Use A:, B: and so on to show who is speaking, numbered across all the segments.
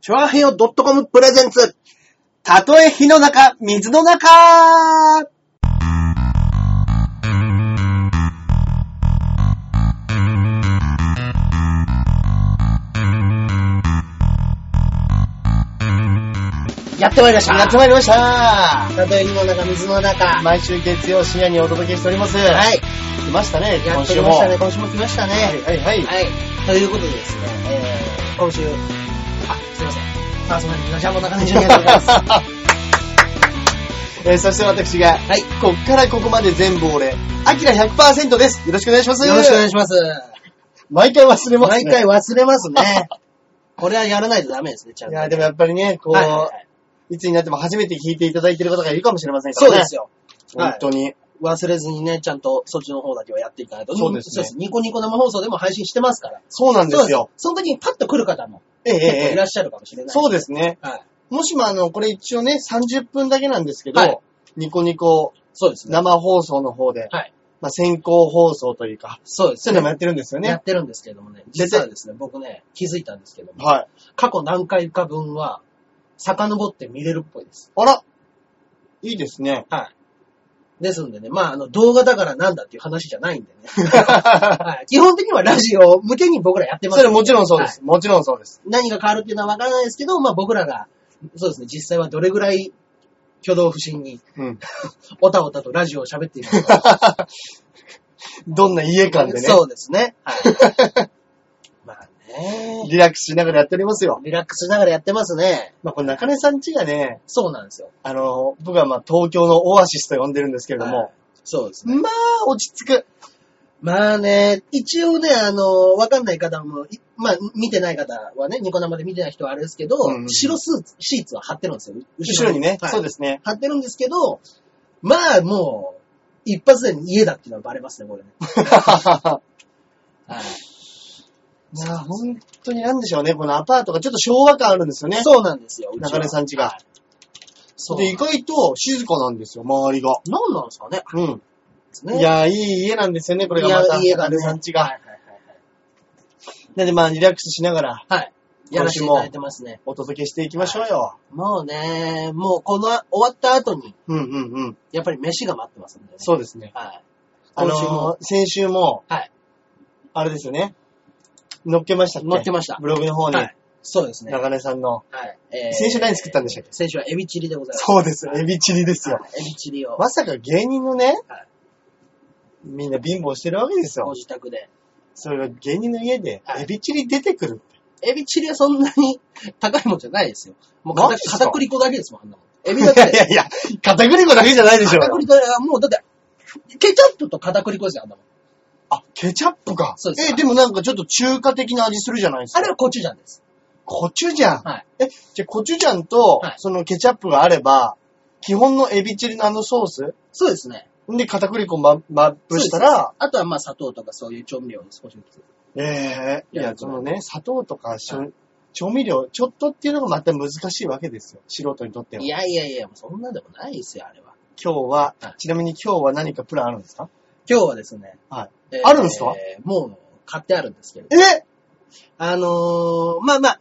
A: チョアヘヨ .com プレゼンツ。たとえ火の中、水の中
B: やってまいりました。
A: やってまいりました
B: たとえ火の中、水の中。は
A: 毎週月曜深夜にお届けしております。
B: い。
A: 来ましたね、
B: や
A: 今
B: って
A: 週
B: き
A: も。
B: ましたね。今週も来ましたね。
A: はいはいはい。
B: はい。ということでですね、えー、今週、あ、すいません。パーソナリティのジャンボ中根ジュニアでござい ます。
A: えーそして私が、
B: はい
A: こっからここまで全部俺、アキラ100%です。よろしくお願いします。
B: よろしくお願い
A: し
B: します。
A: ます。毎回忘れますね。
B: 毎回忘れますね。 これはやらないとダメですね、ちゃん
A: い
B: と。
A: や、でもやっぱりね、こう、
B: はい
A: い
B: はいはい
A: つになっても初めて聞いていただいてる方がいるかもしれませんから
B: そ
A: ね。
B: うですよ。
A: 本当に。
B: 忘れずにね、ちゃんとそっちの方だけはやっていかないと。
A: そうですね
B: ニコニコ生放送でも配信してますから。
A: そうなんですよ。
B: その時にパッと来る方も
A: えええ
B: 結構
A: え
B: いらっしゃるかもしれない。
A: そうですね。
B: はい。
A: もしもあの、これ一応ね、30分だけなんですけど、
B: はい
A: ニコニコ
B: そうですね。
A: 生放送の方で、
B: はい。
A: まあ、先行放送というか、
B: そうです
A: そういうのもやってるんですよ
B: や
A: ね。
B: ってるんですけれどもね。
A: 出て
B: 実はですね、僕ね、気づいたんですけども、
A: はい。
B: 過去何回か分は、遡って見れるっぽいです。
A: あら、いいですね。
B: はい。ですんでね、まあ、あの、動画だからなんだっていう話じゃないんでね。 はい、基本的にはラジオ向けに僕らやってます
A: それもちろんそうで
B: は
A: す。もちろんそうです。
B: い何が変わるっていうのはわからないですけど、まあ僕らが、そうですね、実際はどれぐらい挙動不審に、
A: うん。
B: おたおたとラジオを喋っているのか
A: どんな家感でね、
B: そうですね。はい。 まあね。
A: リラックスしながらやっておりますよ。
B: リラックスしながらやってますね。
A: まあ、これ中根さん家がね、
B: そうなんですよ。
A: あの、僕はまあ東京のオアシスと呼んでるんですけれど
B: は
A: も
B: い、そうですね。
A: まあ、落ち着く。
B: まあね、一応ね、あの、わかんない方も、いまあ、見てない方はね、ニコ生で見てない人はあれですけど、
A: うん
B: 白スーツ、シーツは貼ってるんですよ。
A: 後ろにね、
B: はい
A: そうです ね。
B: 貼ってるんですけど、まあもう、一発で家だっていうのはバレますね、これね。はい。
A: まあ、本当になんでしょうね、このアパートがちょっと昭和感あるんですよね。
B: そうなんですよ。うちは
A: 中根さん家が。
B: そう。
A: で、意外と静かなんですよ、周りが。
B: 何なんですかね。
A: うん。
B: ね
A: いやー、いい家なんですよね、これがまた。
B: いやいい家だ
A: 中根
B: ね
A: さん家
B: はい
A: が。なんでまあ、リラックスしながら
B: はいはい。はい。やらせていただいてますね。
A: お届けしていきましょうよ。
B: もうね、もうこの終わった後に、
A: うんうんうん。
B: やっぱり飯が待ってますんでね。
A: そうですね。
B: はい。
A: あ
B: 今
A: の
B: 週も
A: ー、先週も、
B: はい。
A: あれですよね。乗っけましたっけ
B: 乗ってました
A: ブログの方に、
B: はい。そうですね。
A: 中根さんの。
B: はい。え
A: 先週何作ったんでしたっけ
B: 先週はエビチリでございます。
A: そうです、エビチリですよ
B: は。いエビチリを
A: まさか芸人のね
B: はい、
A: みんな貧乏してるわけです
B: ご
A: よ。
B: 自宅で。
A: それが芸人の家で
B: は、い
A: エビチリ出てくるって。
B: エビチリはそんなに 高いもんじゃないですよ。もう
A: マ
B: 片
A: ジっすか
B: 片栗粉だけですもん、あんなもん。エ
A: い
B: ビだっ て
A: やい、やいや、片栗粉だけじゃないでしょう
B: 片
A: よ。
B: 栗粉はもうだって、ケチャップと片栗粉ですよ、あんなもん。
A: あ、ケチャップか。
B: そうです
A: え、でもなんかちょっと中華的な味するじゃないですか。
B: あれはコチュジャンです。
A: コチュジャン。
B: はい
A: え、じゃあコチュジャンと
B: はい、
A: そのケチャップがあれば、基本のエビチリのあのソース
B: そうですね。
A: で、片栗粉ま、まぶしたら、
B: あとはまあ砂糖とかそういう調味料を少しずつ。
A: ええ
B: いや。
A: いや、そのね、砂糖とかしょ、調味料、ちょっとっていうのがまた難しいわけですよ。素人にとってはい
B: やいやいや、もうそんなでもないですよ、あれは。
A: 今日は
B: は、い
A: ちなみに今日は何かプランあるんですか
B: 今日はですね。
A: はい
B: え
A: あるんですか
B: もう買ってあるんですけれど。
A: え
B: あのー、まあまあ、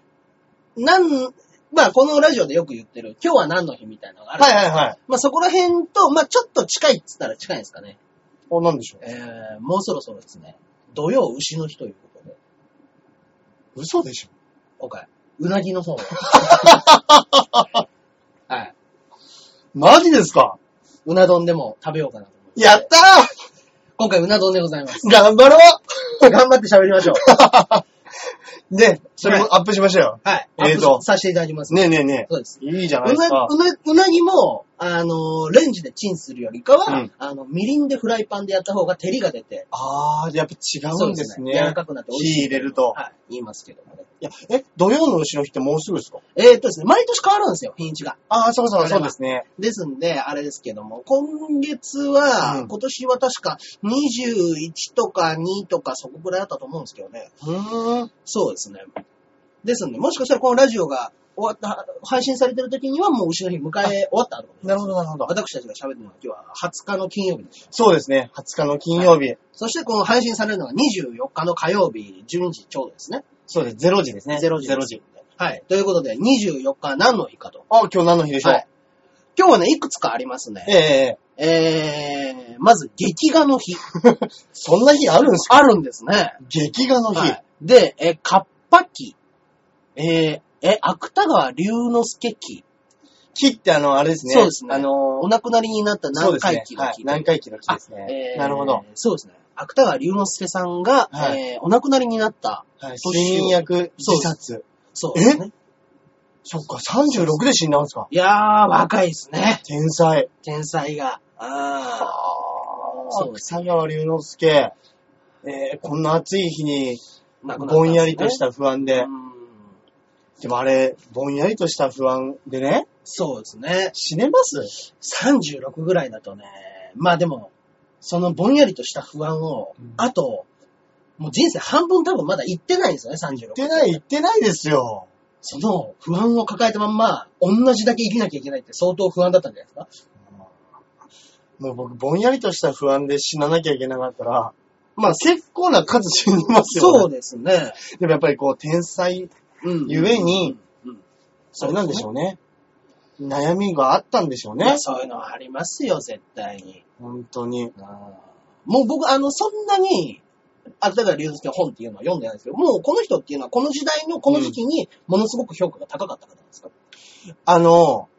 B: なん、まあこのラジオでよく言ってる、今日は何の日みたいなのがある。
A: はいはいはい。
B: まあそこら辺と、まあちょっと近いっつったら近いんですかね。
A: お、なんでしょ
B: えー、もうそろそろですね、土曜牛の日ということで、
A: う嘘でしょ
B: 今回、うなぎの方を。 はい。
A: マジですか
B: うな丼でも食べようかなと思います
A: やったー
B: 今回うな丼でございます。
A: 頑張ろ
B: 頑張って喋りましょ う。
A: うで、それもアップしましょうよ。
B: はい。
A: えーと
B: アップさせていただきます。
A: ねえねえね
B: そうです。
A: え。いいじゃないうです
B: な
A: か。
B: うなうなぎも、あの、レンジでチンするよりかは、
A: うん
B: あの、みりんでフライパンでやった方が照りが出て、
A: あー、やっぱ違うんですね。
B: 柔らかくなって美味しい。
A: 火入れると。
B: はい。言いますけどもね。
A: いや、え、土曜の牛の日ってもうすぐですか
B: えーっとですね、毎年変わるんですよ、日にちが。
A: ああ、そうそう、
B: そ
A: そうう
B: で
A: ですね。
B: ですんで、あれですけども、今月は、
A: うん
B: 今年は確か21とか2とかそこぐらいだったと思うんですけどね。
A: うーん。
B: そうですね。ですんで、もしかしたらこのラジオが終わった、配信されてる時にはもう牛の日迎え終わったのかもしれな
A: な
B: い
A: るほど、なるほど。
B: 私たちが喋るのは今日は20日の金曜日です。
A: そうですね。20日の金曜日。
B: そしてこの配信されるのは24日の火曜日12時ちょうどですね。
A: そうです。0時ですね。
B: 0時です。
A: 0時。。
B: はい。ということで、24日は何の日かと。
A: あ、今日何の日でしょう、
B: はい今日はね、いくつかありますね。
A: ええええ
B: えー、まず、劇画 の日。
A: そんな日あるんですか
B: あるんですね。
A: 劇画の日。
B: はい。で、え、カッパ記。えー、え、芥川龍之介記。
A: 日ってあの、あれですね。
B: そうですね。
A: あの
B: お亡くなりになっ
A: そ
B: た
A: う
B: 南
A: です
B: 海
A: ね
B: 記。の
A: はい
B: 記。
A: 南海記の日ですね
B: え。ー
A: なるほど。。
B: そうですね。芥川龍之介さんが、
A: はい
B: えーお亡くなりになった。
A: はい
B: そうしよう
A: 新薬自殺。
B: そうですね。
A: そっか、36で死んだんですか
B: いやー、若いですね。
A: 天才。
B: 天才が。あ
A: あ
B: そ
A: あ、
B: うです
A: 草川龍之介。えー、こんな暑い日に、
B: ー、亡くなった
A: ぼんやりとし
B: ん
A: た不安
B: です
A: で
B: ね。う。ん
A: でもあれ、ぼんやりとした不安でね、
B: そうですね。
A: 死ねます
B: 36ぐらいだとね、まあでも、そのぼんやりとした不安を、
A: うん
B: あと、もう人生半分多分まだ行ってないんですよね、36。
A: 言ってない、言ってないですよ。
B: その不安を抱えたまんま、同じだけ生きなきゃいけないって相当不安だったんじゃないですか
A: もう僕、ぼんやりとした不安で死ななきゃいけなかったら、まあ結構な数死にますよ、ね。
B: そうですね。
A: でもやっぱりこう、天才、
B: うん
A: ゆえに、
B: うんうん
A: それなんでしょうね。悩みがあったんでしょう
B: ま
A: ね
B: あ。そういうのはありますよ、絶対に。
A: 本当に。
B: もう僕、あの、そんなに、あだから龍之介の本っていうのは読んでないんですけど、もうこの人っていうのはこの時代のこの時期にものすごく評価が高かった方なんですか、
A: あの、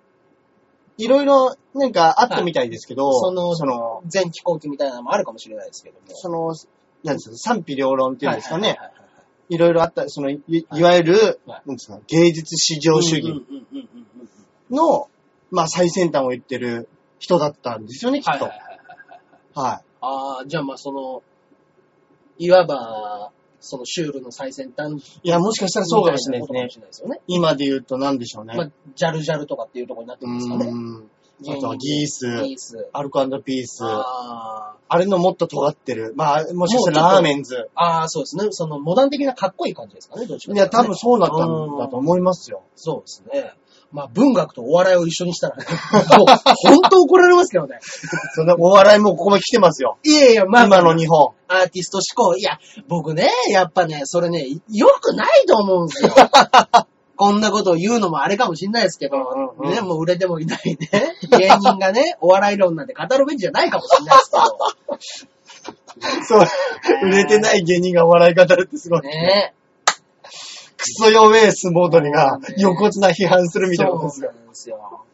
A: いろいろなんかあったみたいですけど、
B: はいその
A: その、
B: 全飛行機みたいなのもあるかもしれないですけども。
A: その、なんですか、賛否両論っていうんですかね。
B: はいはいはいはい
A: いろいろあった、その、いいわゆる、
B: はい
A: なんですか、芸術至上主義
B: うんうんうんうんうんうん
A: の、まあ最先端を言ってる人だったんですよね、きっ
B: はい
A: と。
B: はい
A: は
B: はい
A: い、
B: はい。ああ、じゃあまあその、いわば、そのシュールの最先端みたい
A: い。や、もしかしたら
B: な
A: そうかもしれない
B: こ
A: です
B: と
A: ね。
B: かもしれないですよね。
A: 今で言うと何でしょうね。
B: まあ、ジャルジャルとかっていうところになっ
A: う
B: てくるんですかね。
A: ーん。あとはギース、
B: ギース。
A: アルコピース、あ
B: あ
A: れのもっと尖ってる。まあ、もしかしたらラーメンズ。
B: あ、ああ、そうですね。そのモダン的なかっこいい感じですかね、どっちか
A: い
B: という
A: や、
B: とね
A: 多分そうだったんだと思いますよ。
B: そうですね。まあ文学とお笑いを一緒にしたら、 ね、もう本当怒られますけどね。
A: そんなお笑いもここまで来てますよ。
B: いやいや、まあ、
A: 今の日本。
B: アーティスト思考。いや、僕ね、やっぱね、それね、良くないと思うんで すよ。こんなことを言うのもあれかもしんないですけど、
A: うんうんうん
B: ね、もう売れてもいないね、芸人がね、 お笑い論なんて語るべきじゃないかもしんないです
A: そう。売れてない芸人が笑い方るってすごい
B: けど。。ね。
A: クソ弱え相撲取りが
B: そうね
A: 横綱批判するみたいなことです
B: そう
A: よ。
B: なんですよ。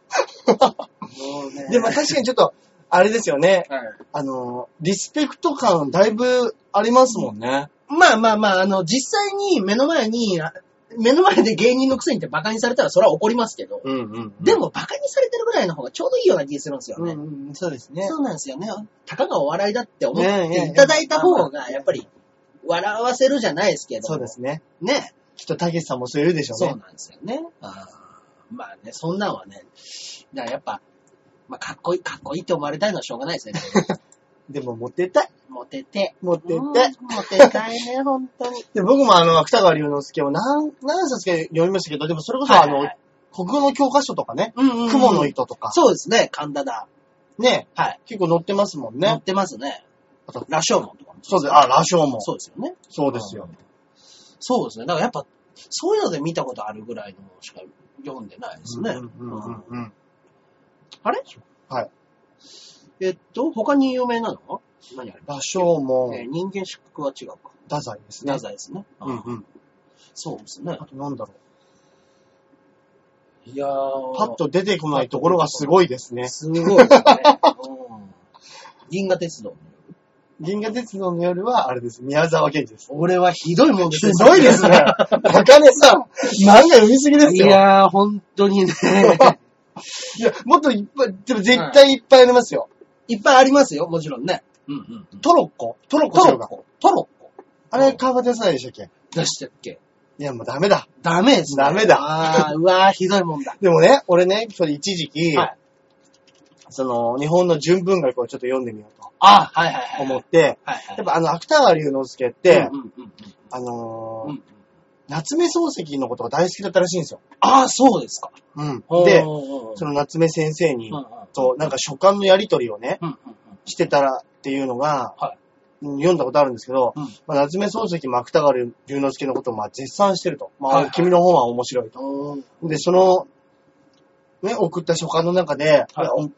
B: もうね
A: でも確かにちょっと、あれですよね。
B: はい
A: あの、リスペクト感だいぶありますもんね。
B: まあまあまあ、あの、実際に目の前に、あ目の前で芸人のくせにって馬鹿にされたらそれは怒りますけど、
A: うんうん
B: で、も馬鹿にされてるぐらいの方がちょうどいいような気がするんですよね。
A: うんうん、そうですね。
B: そうなんですよね。たかがお笑いだって思っ
A: ねえ
B: ていただいた方が、やっぱり、笑わせるじゃないですけど。
A: そうですね。
B: ね。
A: きっとたけしさんもそう言うでしょう
B: そう
A: ね。
B: なんですよね。あーまあね、そんなんはね、だからやっぱ、まあ、かっこいい、かっこいいって思われたいのはしょうがないですね。
A: でも、モテたい。
B: モテて。
A: モテ
B: うん
A: たい。
B: モテたいね、本当に。
A: で僕もあの、芥川龍之介を何、何冊か読みましたけど、でもそれこそあの、
B: はいはい
A: 国語の教科書とかね、
B: うんうん、
A: 雲の糸とか、
B: そうですね、神田だ。
A: ね、
B: はい。
A: 結構載ってますもん
B: 乗
A: ね
B: っ。てますね
A: あと。
B: 羅生門とかも。
A: そうです。あ、羅生門。
B: そうですよね。
A: そうですよ。
B: そうですね。だからやっぱ、そういうので見たことあるぐらいのものしか読んでないですね。
A: うんうんうんうん
B: あれ
A: はい。
B: えっと、他に有名なのは何あれ、
A: 羅生門、
B: えー人間失格は違うか。
A: 太宰ですね
B: 太。宰ですね。
A: うん
B: あ
A: う
B: ー
A: ん。
B: そうですね
A: あ。となんだろう。
B: いや
A: パッ
B: ー、
A: と出てこないところがすごいですね。
B: すごいですね。うん銀河鉄道。
A: 銀河鉄道の夜は、あれです。宮沢賢治です。
B: 俺はひどいもんです
A: ひどいですね。 中根さん、漫画読みすぎです
B: い
A: よ。いや、
B: やー、本当にね。
A: もっといっぱい、でも絶対いっぱいありますよ。
B: いっぱいありますよ、もちろんね。うんうんうん。
A: トロッコトロッコ
B: トロ
A: 城
B: ッ
A: が。
B: コ。トロッコ。
A: あれ、川端康成でしたっけ
B: 出したっけ
A: いや、もうダメだ。
B: ダメです、ね。
A: ダメだ
B: あーうわー、ひどいもんだ。
A: でもね、俺ね、それ一時期、
B: はい
A: その、日本の純文学をちょっと読んでみようと
B: あーはいはいはい。
A: 思って、
B: はいはい。
A: やっぱあの、芥川龍之介って、
B: うんうんうん
A: あの
B: う
A: ー
B: んうん。
A: 夏目漱石のことが大好きだったらしいんですよ。
B: ああ、そうですか。
A: うん。
B: で
A: で、、その夏目先生に
B: うんう、ん
A: と、なんか書簡のやり取りをね、
B: うんうんうん
A: してたらっていうのが、
B: はい
A: 読んだことあるんですけど、
B: うん
A: まあ、夏目漱石、芥川龍之介のことをまあ絶賛してると。まあ、
B: はいはい
A: 君の本は面白いと。
B: うん。
A: で、その、ね、送った書簡の中で、
B: は
A: い
B: い
A: やお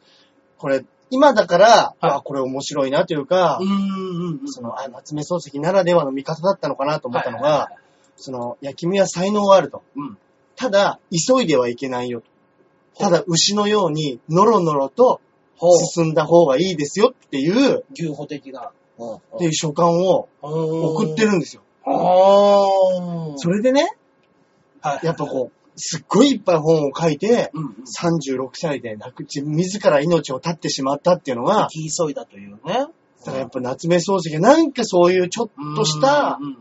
A: これ、今だから、
B: はい
A: あこれ面白いなというか、
B: うん。
A: その、あ、夏目漱石ならではの見方だったのかなと思ったのが、
B: はいはいはい
A: その、いや、君は才能があると。
B: うん。
A: ただ、急いではいけないよと。ただ、牛のように、のろのろと
B: ほう。
A: 進んだ方がいいですよっていう、
B: 牛歩的な。うん。
A: っていう書簡を送
B: 送
A: って。るんですよ。
B: ああ。
A: それでね、
B: はい。
A: やっぱこう、すっごいいっぱい本を書いて、
B: う。うん。
A: 36歳で亡く、自自ら命を絶ってしまったっていうのは、
B: き急いだというね。
A: だからやっぱ夏目漱石がなんかそういうちょっとした
B: うんうんうん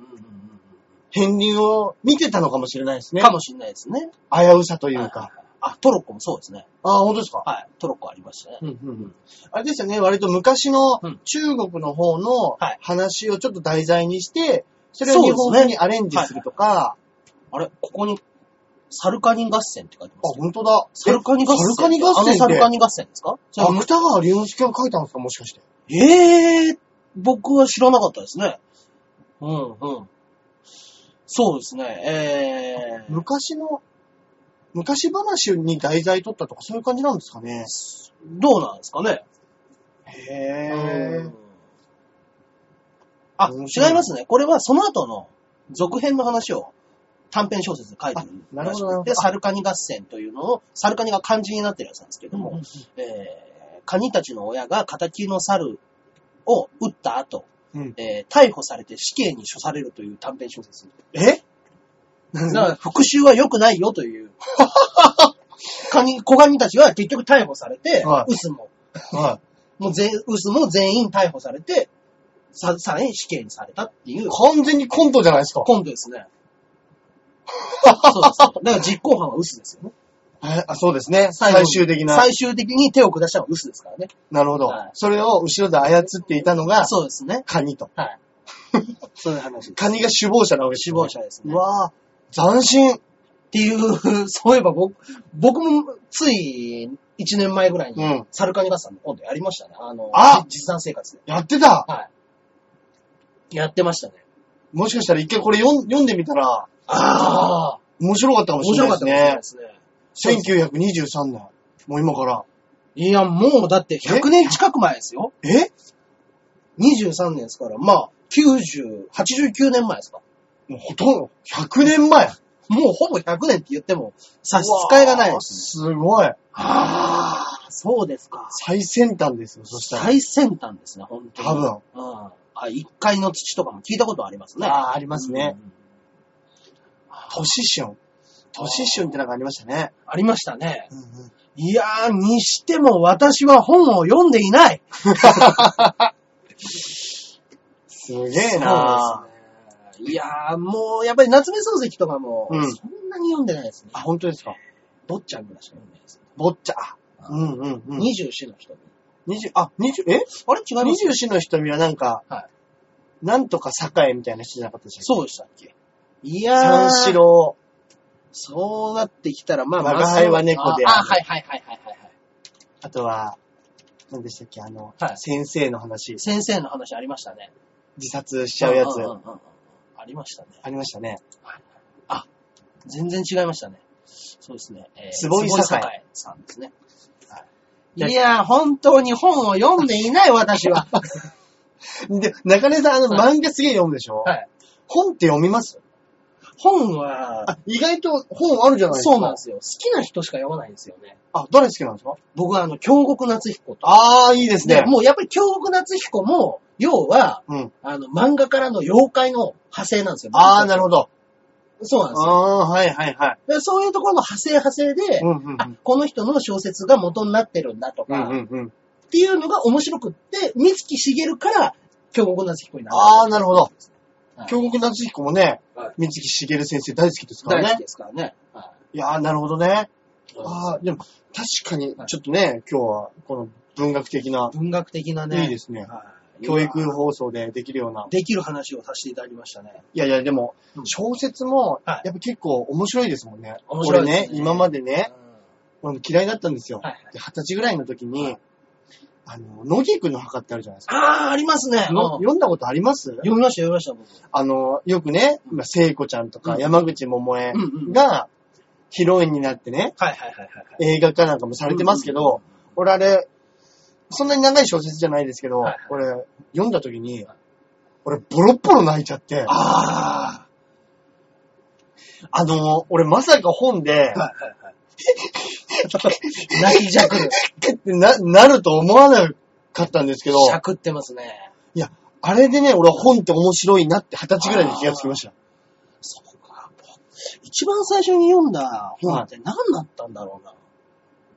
A: 片鱗を見てたのかもしれないです
B: うん
A: ね。
B: かもしれないですね。
A: 危うさという
B: は
A: か。
B: あ、トロッコもそうですね。
A: ああ、本当ですか
B: はい。トロッコありましたね。
A: うんうんうんあれですよね、割と昔の
B: うん
A: 中国の方の
B: はい
A: 話をちょっと題材にして、それを日
B: そう
A: 本
B: です
A: 語
B: ね
A: にアレンジするとか、
B: あれ、ここに、サルカニ合戦って書いて
A: あ、
B: ますね。
A: 本当だ。
B: サルカニ合
A: サル
B: 戦
A: カニ合戦って
B: あのサルカニ合戦ですか
A: あ、芥川龍之介が書いたんですかもしかして。
B: ええー、僕は知らなかったですね。うん、うん。そうですね、えー、
A: 昔の、昔話に題材取ったとかそういう感じなんですかね。
B: どうなんですかね。
A: へ
B: うんあ、
A: 面白い
B: 違いますね。これはその後の続編の話を短編小説で書いてる
A: あなるほどなるほど
B: で、サルカニ合戦というのを、サルカニが漢字になってるやつなんですけども、
A: ぇ
B: えーカニたちの親が敵の猿を撃った後、
A: うん
B: えー逮捕されて死刑に処されるという短編小説。
A: え
B: だから復讐は良くないよという。 カニ、小カニたちは結局逮捕されて、
A: は
B: ウスも、
A: は
B: もう全、ウスも全員逮捕されて、さ、さらに死刑にされたっていう
A: い。、完全にコントじゃないですか。
B: 今度です ね。そうですね。だから実行犯はウスですよね。
A: えあそうですね。
B: 最後
A: 最終的な。
B: 最終的に手を下したのはウスですからね。
A: なるほど、
B: はい
A: それを後ろで操っていたのが、
B: そうですね。
A: カニと。
B: はい。そういう話です。
A: カニが首謀者なわけです
B: 死
A: ね
B: 亡者ですね。
A: うわぁ、斬新。
B: っていう、そういえば僕、僕もつい1年前ぐらいに、
A: うん
B: サルカニ合戦のコントやりましたね。あの、
A: あ
B: 実弾生活で。
A: やってた。
B: はい。やってましたね。
A: もしかしたら一回これ読ん読んでみたら、
B: ああ、
A: 面白かったかも
B: 面
A: しれ
B: 白
A: な
B: か
A: い
B: っ
A: で
B: た
A: す
B: かもしれない
A: ね
B: で。すね。
A: 1923年。もう今から。
B: いや、もうだって100年近く前ですよ。
A: え
B: 23年ですから、まあ、90、89年前ですか。
A: もうほとんど、100年前。
B: もうほぼ100年って言っても差し支えがないですね。
A: すごい。
B: ああ、そうですか。
A: 最先端ですよ、そしたら。
B: 最先端ですね、本当に。
A: 多分。
B: うん。あ、1階の土とかも聞いたことありますね。
A: ああ、ありますね。
B: うん
A: 都市春。都市春ってなんかありましたね。
B: ありましたね。いやー、にしても私は本を読んでいない。
A: すげえなぁ、
B: そうですね。いやー、もう、やっぱり夏目漱石とかも、
A: うん
B: そんなに読んでないですね。
A: あ、本当ですか。
B: 坊っちゃんぐらいしか読んでないですね。
A: ぼっちゃ。うんうんうん。
B: 24の人。
A: 二十、あ、二十、え
B: あれ違いま
A: 二
B: す
A: 十四の瞳はなんか、
B: は
A: なんとか栄みたいな人じゃなかったでしたっ
B: そうでしたっけいやー、
A: 三四郎。
B: そうなってきたら、まあ、
A: 吾輩は猫である
B: ああ、はいはいはいはいはいはい。
A: あとは、何でしたっけあの、
B: はい
A: 先生の話、
B: 先生の話ありましたね。
A: 自殺しちゃうやつ
B: んん、んうんありましたね。
A: ありましたね。
B: 全然違いましたね。そうですね。え
A: 坪井
B: 坪
A: 栄
B: 栄さんですね。はいいやー、本当に本を読んでいない私は。
A: で、中根さん、あの、
B: は
A: 漫画すげえ読むでしょ
B: はい。
A: 本って読みます
B: 本は、
A: あ、意外と本あるじゃないですか。
B: そうなんですよ。好きな人しか読まないんですよね。
A: あ、誰好きなんですか
B: 僕はあの、京極夏彦と。
A: ああ、いいですね
B: で。もうやっぱり京極夏彦も、要は、
A: うん。
B: あの、漫画からの妖怪の派生なんですよ。
A: ああ、なるほど。
B: ど。そうなんですよ
A: ああー、はいはいはい。
B: で。そういうところの派生派生で、
A: うんうんうん
B: あ、この人の小説が元になってるんだと
A: う
B: か、
A: んうんうん。
B: っていうのが面白くって、三木しげるから、京極夏彦になる。
A: ああ、なるほど。
B: はい
A: 京極夏彦もね
B: はい、
A: 水木しげる先生大好きですから
B: 大好
A: ね
B: き。ですからね。はい
A: やー、なるほどね。
B: い
A: ああ、でも、確かに、ちょっとね、今日は、この文学的な、
B: 文学的ないね。
A: いですね。
B: はい
A: 教育放送でできるような。
B: できる話をさせていただきましたね。
A: いやいや、でも
B: う、ん
A: 小説も、
B: はい
A: やっぱ結構面白いですもんね。
B: 面白いですね
A: 俺ね、今までね、
B: うん
A: 俺も嫌いだったんですよ
B: はいは。
A: で二十歳ぐらいの時に、あの、野木くんの墓ってあるじゃないですか。
B: ああ、ありますね。うん
A: の読んだことあります
B: 読みました、読みました、僕。
A: あの、よくね、まあ聖子ちゃんと
B: う
A: か
B: ん
A: 山口百恵
B: うんうん
A: がヒロインになってね、
B: はいはいはいはいはい。
A: 映画化なんかもされてますけど、俺あれ、そんなに長い小説じゃないですけど、
B: はいはい
A: 俺、読んだ時に、俺、ボロッボロ泣いちゃって、あ
B: あ
A: の、俺まさか本で
B: あ。、はいはい はい。泣きじゃくる。
A: くってな、なると思わなかったんですけど、
B: しゃくってますね。
A: あれでね、俺は本って面白いなって二十歳ぐらいで気がつきました。
B: そうか。一番最初に読んだ本って何だったんだろうな。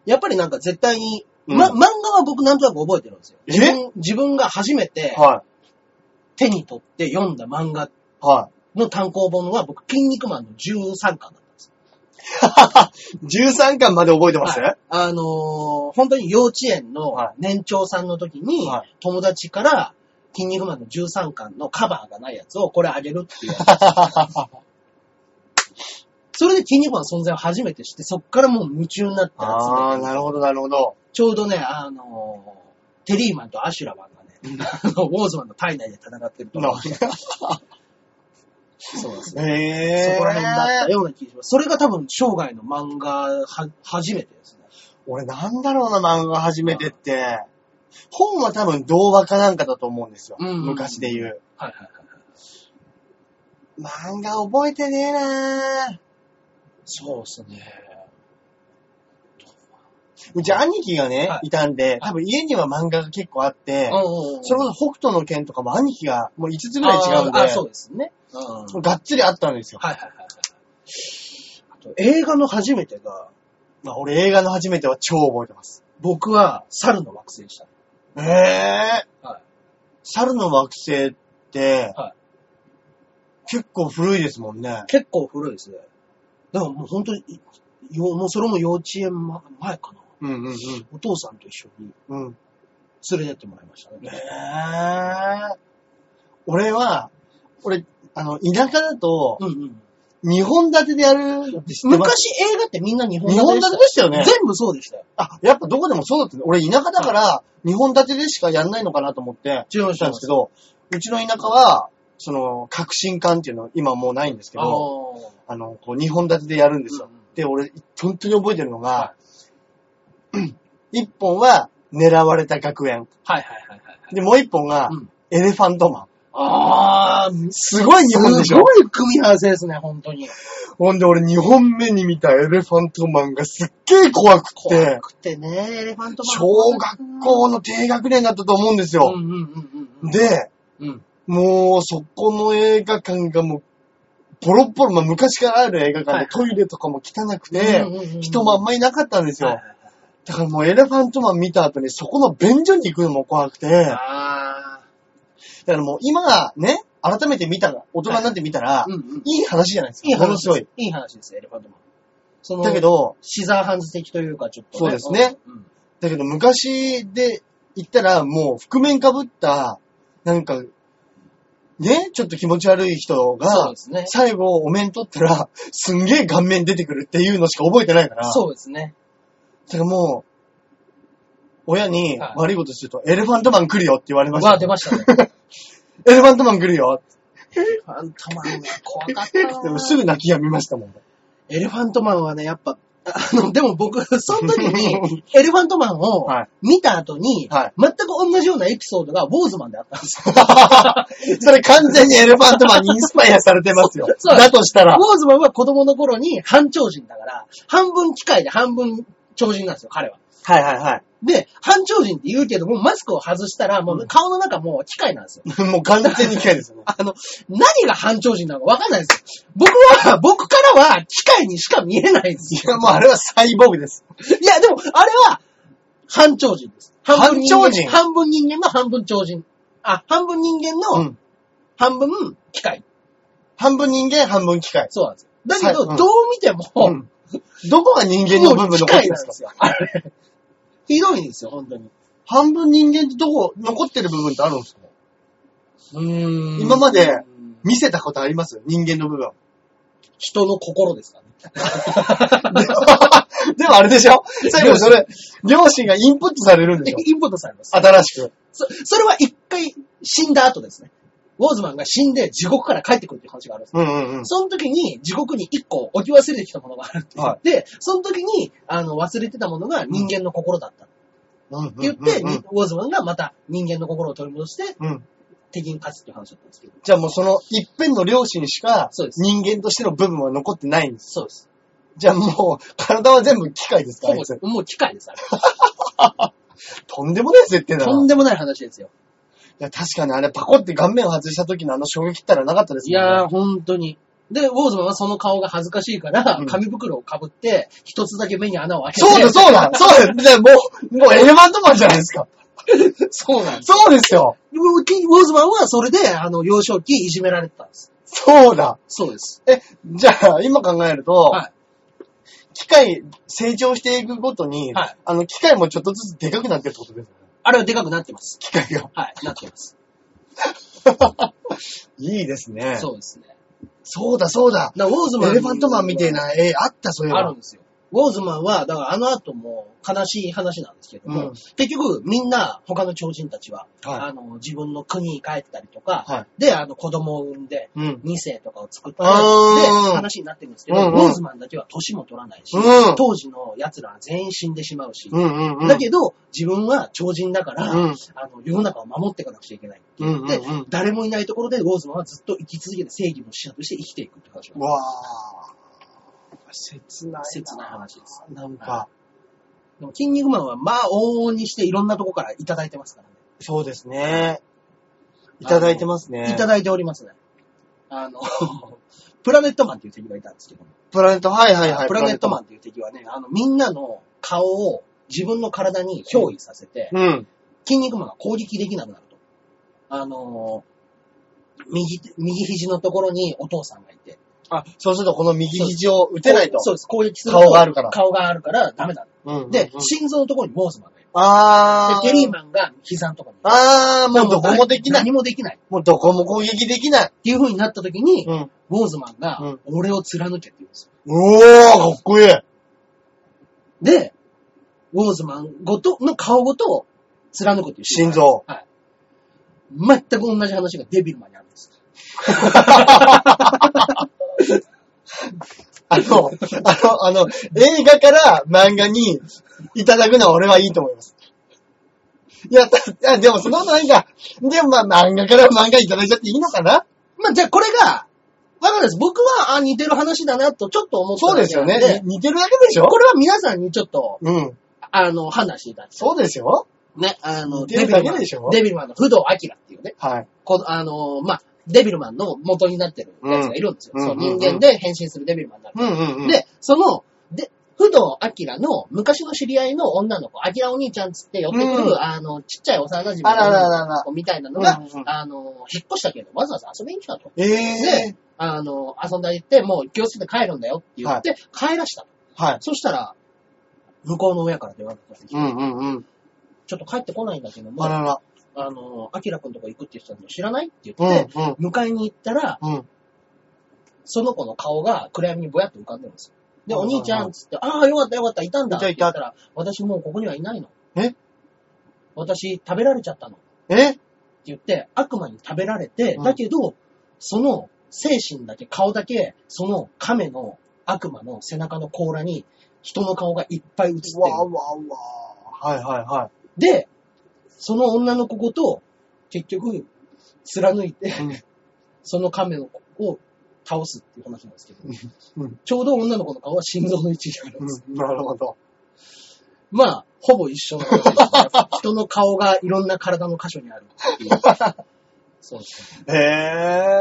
B: やっぱりなんか絶対に、
A: うん
B: ま、漫画は僕なんとなく覚えてるんですよ。
A: え
B: 自分自分が初めて
A: は
B: 手に取って読んだ漫画
A: い。は
B: の単行本は僕、筋肉マンの13巻だったんです。
A: い。13巻まで覚えてます、
B: はあのー本当に幼稚園の
A: はい
B: 年長さんの時に、
A: は
B: 友達から、筋肉マンの13巻のカバーがないやつをこれあげるっていう。それで筋肉マンの存在を初めて知って、そっからもう夢中になって
A: ああ、
B: 集めて、
A: なるほど、なるほど。
B: ちょうどね、あのーテリーマンとアシュラマンがね、あのウォーズマンの体内で戦ってると
A: な
B: 思う。そうですね。
A: へ
B: そ
A: そ
B: こ
A: こ
B: ら
A: ら辺だ
B: 辺だっ
A: ったた。
B: ような気がします。それが多分生涯の漫画は初めてですね。
A: 俺なんだろうな、漫画初めてって。本は多分童話かなんかだと思うんですよ。
B: うんうん
A: 昔で言う。
B: はいはいはい。
A: 漫画覚えてねえなぁ。
B: そうですね。
A: うち兄貴がね、、
B: はい
A: たんで、多分家には漫画が結構あって、それこそ北斗の剣とかも兄貴がもう5つぐらい違うんで、
B: あーあそうですね。うん。はい
A: がっつりあったんですよ。
B: はいはいはい。あと、映画の初めてが、
A: まあ、俺映画の初めては超覚えてます。
B: 僕は猿の惑星でした。
A: ええ
B: はい
A: 猿の惑星って、
B: は
A: 結構古いですもんね。
B: 結構古いですね。でももう本当に、よもうそれも幼稚園ま前かな。
A: うんうんうん。
B: お父さんと一緒に
A: うん。
B: 連れてってもらいました
A: え
B: ね。
A: え俺は、俺、あの、田舎だと、
B: うんうん。
A: 日本立てでやるのって知ってます
B: 昔映画ってみんな日本
A: 日本立てでしたよね。
B: 全部そうでしたよ。
A: あ、やっぱどこでもそうだったね。俺田舎だから、日本立てでしかやんないのかなと思って、
B: 違いま
A: したんですけど、うちの田舎は、その、革新館っていうの、今もうないんですけ
B: あ
A: ど、あの、こう、日本立てでやるんですよ。
B: うんうん
A: で、俺、本当に覚えてるのが、 一本は、狙われた学園。
B: あ。はいはいはいはい。
A: で、もう一本が
B: うん、
A: エレファントマン。
B: ああ、
A: すごい日本でしょ
B: すごい組み合わせですね、本当に。
A: ほんで、俺、2本目に見たエレファントマンがすっげえ怖く
B: 怖
A: て、
B: くてね、エレファントマン。
A: 小学校の低学年だったと思うんです
B: う
A: よ。
B: んうんうんうん。、
A: で、
B: うん。
A: もう、そこの映画館がもう、ボロッボロ、まあ、昔からある映画館で、
B: はい
A: トイレとかも汚くて、
B: うんうんうんうん
A: 人もあんまりいなかったんですよ。
B: はいはいはい
A: だからもうエレファントマン見た後にそこの便所に行くのも怖くて、だか
B: あ
A: らもう今ね、改めて見たら、大人になって見たら、
B: あ。うんうん。
A: いい話じゃないですか。
B: いい
A: もの
B: 話
A: すごい。。
B: いい話です、エレファントマン。その、
A: だけ、ど、
B: シザーハンズ的というか、ちょっと、
A: そうですね。
B: うん。
A: だけど昔で言ったらもう覆面被った、なんか、ね、ちょっと気持ち悪い人
B: そう
A: が
B: で、すね。
A: 最後お面取ったら、すんげえ顔面出てくるっていうのしか覚えてないから。
B: そうですね。
A: だからもう、親に
B: はい
A: 悪いことすると、エレファントマン来るよって言われました。
B: わあ、出ましたね。
A: エレファントマン来るよ
B: エレファントマンが怖 かった
A: で
B: な
A: もすぐ泣き止みましたもん。
B: エレファントマンはね、やっぱ、あの、でも僕、その時 に、エレファントマンを
A: はい
B: 見た後に、
A: はい
B: 全く同じようなエピソードがウォーズマンであったんです よ。
A: それ完全にエレファントマンにインスパイアされてますよ。
B: そう
A: だとしたら。
B: ウォーズマンは子供の頃に半超人だから、半分機械で半分超人なんですよ、彼は。
A: はいはいは
B: で、半超人って言うけども、マスクを外したら、もう顔の中もう機械なんですよ。
A: い。もう完全に機械ですよ ね。
B: あの、何が半超人なのかわかんないんですよ。僕は、 僕からは機械にしか見えないんですよ。
A: いやもうあれはサイボーグです。
B: いや、でも、あれは、半超人です。半分人間
A: 半超人
B: 半分人間の半分超人。あ、半分人間
A: う
B: の
A: ん。
B: 半分機械。
A: 半分人間、半分機械。
B: そうなんですよ。だけ
A: は
B: ど、
A: いうん
B: どう見ても、
A: うんどこが人間の部
B: もう
A: 分
B: 機
A: 残って
B: 械
A: るんで
B: なん
A: す
B: で
A: か
B: すよ。あれ。ひどいんですよ、本当に。
A: 半分人間ってどこ、残ってる部分ってあるんですか
B: うん
A: 今まで見せたことあります 人間の部分。
B: 人の心ですからね。
A: では、ではあれでしょ最後それ、両親がインプットされるんでしょ
B: インポートされます。
A: 新しく。
B: そそれは一回死んだ後ですね。ウォーズマンが死んで地獄から帰ってくるっていう話があるんですよ。
A: うんうんうん。
B: その時に地獄に一個置き忘れてきたものがあるって言って、その時にあの忘れてたものが人間の心だったって言って、
A: うんうんうん
B: ウォーズマンがまた人間の心を取り戻して
A: うん
B: 敵に勝つっていう話だったんですけど。
A: じゃあもうその一辺の両親しか
B: そうです
A: 人間としての部分は残ってないんです。
B: そうです。
A: じゃあもう体は全部機械ですか
B: ほ
A: らあいつ。
B: ぼもう機械です、 あれ。
A: とんでもない設定だ
B: と
A: な。
B: ん
A: い
B: でもない話ですよ。
A: や確かにあれパコって顔面外した時のあの衝撃ったらなかったです
B: い
A: もんね。
B: やー、本当に。で、ウォーズマンはその顔が恥ずかしいから、
A: うん
B: 紙袋をかぶって、一つだけ目に穴を開けて。
A: そうだそうだそうだじゃあもう、もうエレファントマンじゃないですか。
B: そうなんです。
A: そうですよ
B: ウォーズマンはそれで、あの、幼少期いじめられてたんです。
A: そうだ
B: そうです。
A: え、じゃあ今考えると、
B: はい
A: 機械成長していくごとに、
B: はい
A: あの機械もちょっとずつでかくなってるってことですよね。
B: あれはでかくなってます。
A: 機械が。
B: はい、なってます。
A: いいですね。
B: そうですね。
A: そうだそうだ
B: だからウォーズマン。
A: エレファントマンみたい。な絵あった、そういう
B: あるんですよ。ウォーズマンは、だからあの後も悲しい話なんですけども、
A: うん
B: 結局みんな他の超人たちは、
A: はい
B: あの自分の国に帰ったりとか、
A: は
B: で、あの子供を産んで、
A: うん。
B: 2世とかを作って、で、
A: あー
B: 話になってるんですけど、
A: うんうん
B: ウォーズマンだけは年も取らないし、
A: うん
B: 当時の奴らは全員死んでしまうし、
A: うんうんうん。
B: だけど、自分は超人だから、
A: うん
B: あの、世の中を守っていかなくちゃいけない。
A: うんうん
B: で、
A: うん。
B: 誰もいないところで、ウォーズマンはずっと生き続けて正義の使者として生きていくって話
A: うわぁ。切ない。
B: 切ない。話です。
A: なん
B: は
A: か、
B: でも、筋肉マンは、まあ、往々にしていろんなとこからいただいてますからね。
A: そうですね。いただいてますね。
B: いただいておりますね。あの、 プラネットマンっていう敵がいたんですけども、
A: プラネット、はいはいはい。
B: プラネットマン
A: ン。
B: っていう敵はね、あの、みんなの顔を自分の体に憑依させて、
A: うん。
B: 筋肉マンが攻撃できなくなると。あのー右手、右肘のところにお父さんがいて。
A: あ、そうするとこの右肘を打てないと。
B: そうです。攻撃すると。
A: 顔があるから
B: 顔があるからダメだ。
A: うんうんうん。
B: で、心臓のところにウォーズマンがいる。
A: あー。
B: で、テリーマンが膝のところにいる。
A: あー、もうどこもできない。
B: 何もできない。
A: もうどこも攻撃できない。
B: っていう風になった時に、
A: ん。
B: ウォーズマンが、
A: うん
B: 俺を貫けって言うんですよ。
A: おー、かっこいい。
B: で、ウォーズマンごと、の顔ごとを貫くっていう。
A: 心。臓。
B: はい。全く同じ話がデビルマンにあるんです。
A: あの、あの、あの、映画から漫画にいただくのは俺はいいと思います。いや、たあでもそのないか。でもまあ漫画から漫画いただいちゃっていいのかな
B: まあ、じゃあこれが、わかんないです。僕は、あ、似てる話だなと、ちょっと思った
A: そう
B: だ
A: で
B: け
A: す
B: な
A: よ
B: んで
A: ね。に似てるだけでしょ
B: これは皆さんにちょっと、
A: うん。
B: あの、判断していただきたい。
A: そうですよ。
B: ね、あの、
A: 似てるだけでしょ
B: デビルマンの不動明っていうね、
A: はい。
B: こあの、まあ、デビルマンの元になってるやつがいるんですよ。
A: うん
B: そう
A: うん
B: 人間で変身するデビルマンになる。
A: うんうんうん。、
B: で、その、で、不動明の昔の知り合いの女の子、明お兄ちゃんつって寄ってくる、
A: うん
B: あの、ちっちゃい幼馴染
A: あららら
B: の
A: らら
B: 子みたいなのが、
A: うんうんうん
B: あの、引っ越したけど、わざわざ遊びに来たと。
A: ええ
B: で、あの、遊んだり行って、もう気をつけて帰るんだよって言って、帰らした。
A: ー。はい。
B: そしたら、向こうの親から電話がかかってきて、
A: うんうんうん。
B: ちょっと帰ってこないんだけども、
A: あ
B: あ
A: らら。
B: の、アキラくんとこ行くって言ってたの知らないって言
A: うん
B: って、
A: うん。
B: 迎えに行ったら、
A: うん。
B: その子の顔が暗闇にぼやっと浮かんでるんですよ。で、
A: うん
B: お
A: うんうん
B: 兄ちゃんっつって、ああ、よかったよかった、いたんだ
A: い
B: ったて
A: い
B: 言
A: た
B: ったら、私もうここにはいないの。
A: え
B: 私食べられちゃったの。って
A: え
B: 言って、悪魔に食べられて、
A: うん
B: だけど、その精神だけ、顔だけ、その亀の悪魔の背中の甲羅に人の顔がいっぱい映って
A: わーわ
B: る。
A: ーわー。はいはいは
B: で、その女の子ごと、結局、貫いて、
A: うん
B: その亀の子を倒すっていう話なんですけど、
A: うん
B: ちょうど女の子の顔は心臓の位置にあるん
A: い。う
B: です。
A: ん。なるほど。
B: まあ、ほぼ一緒 のことですね、人の顔がいろんな体の箇所にあるっ ていう。そうですね。
A: へえ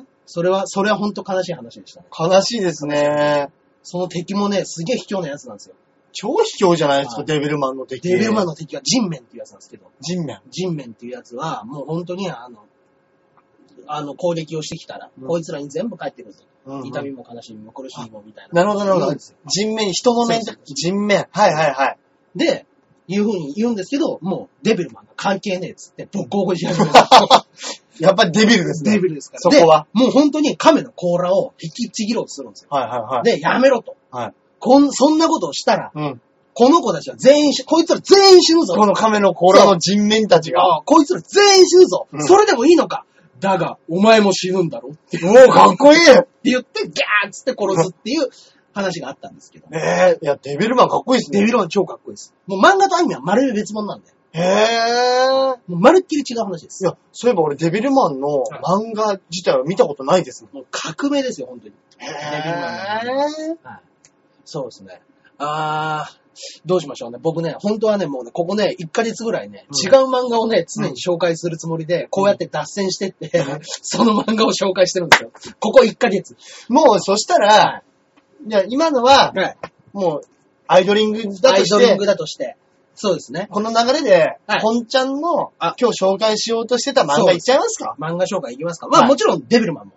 A: ー。
B: それは、それは本当悲しい話でしたね。
A: 悲しいですね。
B: その敵もね、すげえ卑怯なやつなんですよ。
A: 超卑怯じゃないです
B: は
A: か、
B: い
A: デビルマンの敵。
B: デビルマンの敵は人面っていうやつなんですけど、
A: 人面。
B: 人面っていうやつは、もう本当にあの、あの、攻撃をしてきたら、
A: うん
B: こいつらに全部返ってくるぞ。
A: うんうん
B: 痛みも悲しみも苦しみもみたいな。
A: なるほど、なるほ
B: 言う
A: ど
B: んですよ。
A: 人面、人の面
B: そうそうそ、う
A: 人面。はいはいはい。
B: で、いう風に言うんですけど、もうデビルマンが関係ねえっつって、ボッコボコにし始 める。
A: やっぱりデビルですね。
B: デビルですから。
A: そこは
B: でもう本当に亀の甲羅を引きちぎろうとするんですよ。
A: はいはいはい。
B: で、やめろと。
A: はい
B: こん、そんなことをしたら、
A: うん。
B: この子たちは全員し、こいつら全員死ぬぞ。
A: この亀の甲羅の人面たちが。
B: ああこいつら全員死ぬぞ、
A: うん
B: それでもいいのかだが、お前も死ぬんだろって
A: うお、かっこいい
B: 言って、ギャーっつって殺すっていう話があったんですけど。
A: ねえ。いや、デビルマンかっこいいですね。
B: デビルマン超かっこいいです。もう漫画とアニメはまるで別物なんで。
A: へえ。
B: もうまるっきり違う話で
A: い
B: す。
A: や、そういえば俺デビルマンの漫画自体は見たことないですね。
B: もう革命ですよ、本当に。
A: へえ。
B: そうですね。あー、どうしましょうね。僕ね、本当はね、もうね、ここね、1ヶ月ぐらいね、
A: うん
B: 違う漫画をね、常に紹介するつもりで、こうやって脱線してって、
A: うん
B: その漫画を紹介してるんですよ。ここ1ヶ月。
A: もう、そしたら、いや、今のは、
B: はい。
A: もう、アイドリングだ
B: ア
A: と
B: イ
A: し
B: ドリン
A: て
B: グ、だとして。そうですね。
A: この流れで、
B: はい
A: 本ちゃんの
B: あ
A: 今日紹介しようとしてた漫画いっちゃいますか
B: 漫画紹介いきますか。まあ、
A: はい
B: もちろんデビルマンも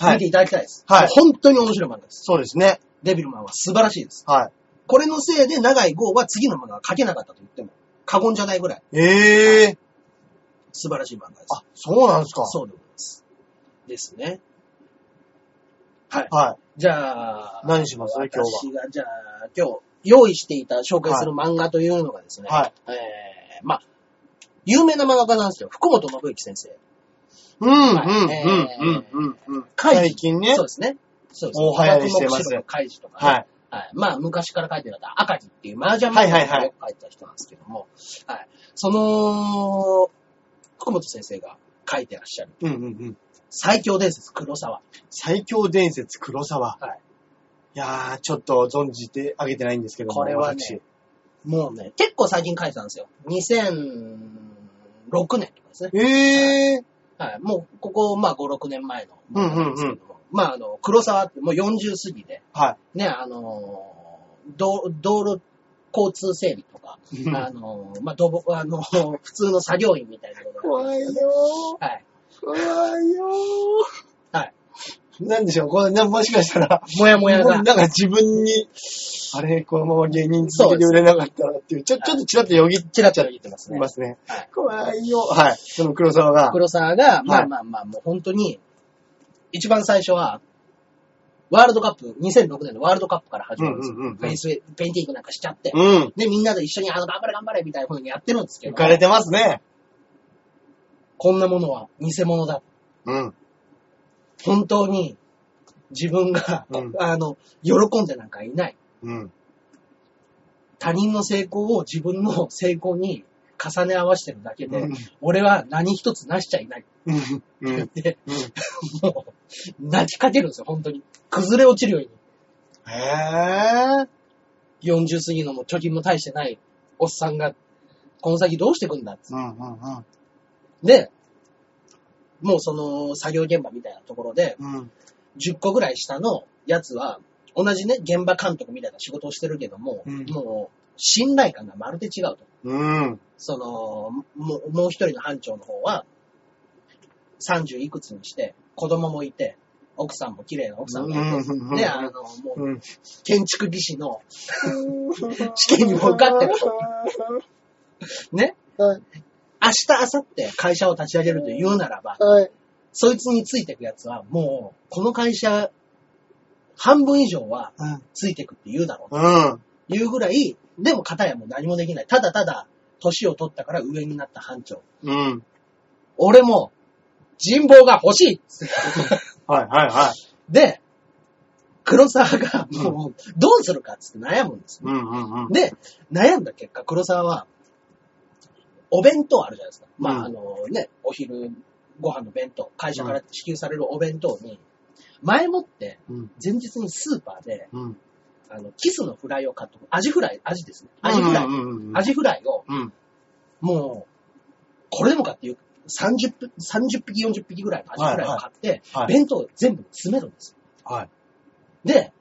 A: はい
B: 見ていただきたいです。
A: はい
B: 本当に面白い漫画です。
A: そうですね。
B: デビルマンは素晴らしいです。
A: は
B: これのせいで長井豪は次の漫画が書けなかったと言っても過言じゃないぐらい
A: い。ええ
B: 素晴らしい漫画です。
A: あ、そうなんですか
B: そうでございます。ですね。
A: は
B: じゃあ、
A: 何します今日は
B: 私が、じゃあ、今日、用意していた紹介する漫画というのがですね、
A: はい
B: えー、まあ、有名な漫画家なんですよ。福本信之先生。
A: い。うん、うん、
B: はい
A: うん、うん、うん、うん。
B: カイジ
A: 最近ね
B: そう。ですね。そうです
A: 大流行りしてます
B: 幕末の怪獣とかね、
A: はい。
B: はい。まあ、昔から書いてあった赤字っていう麻雀漫画をよく書いてた人なんですけども、はいその、福本先生が書いてらっしゃる、
A: うん、うん、うん。
B: 最強伝説黒沢。
A: 最強伝説黒沢。
B: はい。
A: いやー、ちょっと存じてあげてないんですけども、
B: これはね
A: 私
B: もうね、結構最近書いてたんですよ。2006年とかですね。
A: ええ
B: はい。もう、ここ、まあ、5、6年前の
A: うんうんうん
B: なんですけども。まあ、あの、黒沢ってもう40過ぎで、
A: は
B: ね、あのー、道道路交通整備と か、
A: い。
B: あのー、まあ、土木、あのー、普通の作業員みたいなことが。
A: 怖いよ
B: はい。
A: ー。怖いよー。
B: はい。
A: なんでしょうこれ、なもしかしたら、
B: もやもや
A: な
B: が
A: ん。か自分に、あれ、このまま芸人続けて売れなかったらっていう、ちょ、ちょっとちらっとよぎっ
B: ちらちら言ってます
A: て
B: ね。
A: ますね
B: はい。
A: 怖いよ。はい。その黒沢が、
B: 黒沢が、まあまあまあ、もう本当に、一番最初は、ワールドカップ、2006年のワールドカップから始まるんですよ。
A: うんうんうんうん
B: フェイスウェイ、ペインティングなんかしちゃって。
A: うん。
B: で、みんなで一緒に、あの、頑張れ頑張れみたいな風にやってるんですけ
A: 浮
B: ど、
A: かれてますね。
B: こんなものは偽物だ。
A: うん。
B: 本当に、自分が、
A: うん
B: あの、喜んでなんかいない。
A: うん。
B: 他人の成功を自分の成功に重ね合わせてるだけで、
A: うん
B: 俺は何一つなしちゃいない。
A: うん。 うん。
B: で、
A: うん
B: もう、 泣きかけるんですよ、本当に。崩れ落ちるように。
A: へぇー。
B: 40過ぎのもう貯金も大してないおっさんが、この先どうしていくんだっつっ
A: うんうん
B: てで、もうその作業現場みたいなところで、
A: うん。うん。
B: 10個ぐらい下のやつは、同じね、現場監督みたいな仕事をしてるけども、
A: うん
B: もう、信頼感がまるで違うと。
A: うん。
B: その、もう、もう一人の班長の方は、30いくつにして、子供もいて、奥さんも綺麗な奥さんがいて、
A: うん
B: ね、あの、もう、
A: うん。
B: 建築技師の、
A: 試
B: 試験にも受かってるね、
A: はい。
B: 明日、明後日会社を立ち上げると言うならば、
A: はい。
B: そいつについてくやつは、もう、この会社、半分以上はついてくって言うだろう。
A: うん。
B: 言うぐらい、でも片やもう何もできない。ただただ、年を取ったから上になった班長。
A: うん。
B: 俺も、人望が 欲しい
A: はいはいはい。
B: で、黒沢が、もう、どうするかっつって悩むんです。
A: うんうんうん。
B: で、悩んだ結果、黒沢は、お弁当あるじゃないですか。まあ、
A: うん
B: あのね、お昼ご飯の弁当、会社から支給されるお弁当に、前もって、
A: うん
B: 前日にスーパーで、
A: うん。
B: あの、キスのフライを買って、アジフライ、アジですね。アジフライ、
A: うんうんうん
B: アジフライを、
A: うん。
B: もう、これでもかっていう、30匹、30匹、40匹ぐらいのアジフライを買って、
A: はい。
B: 弁当を全部詰めるんですよ。
A: はい。
B: で、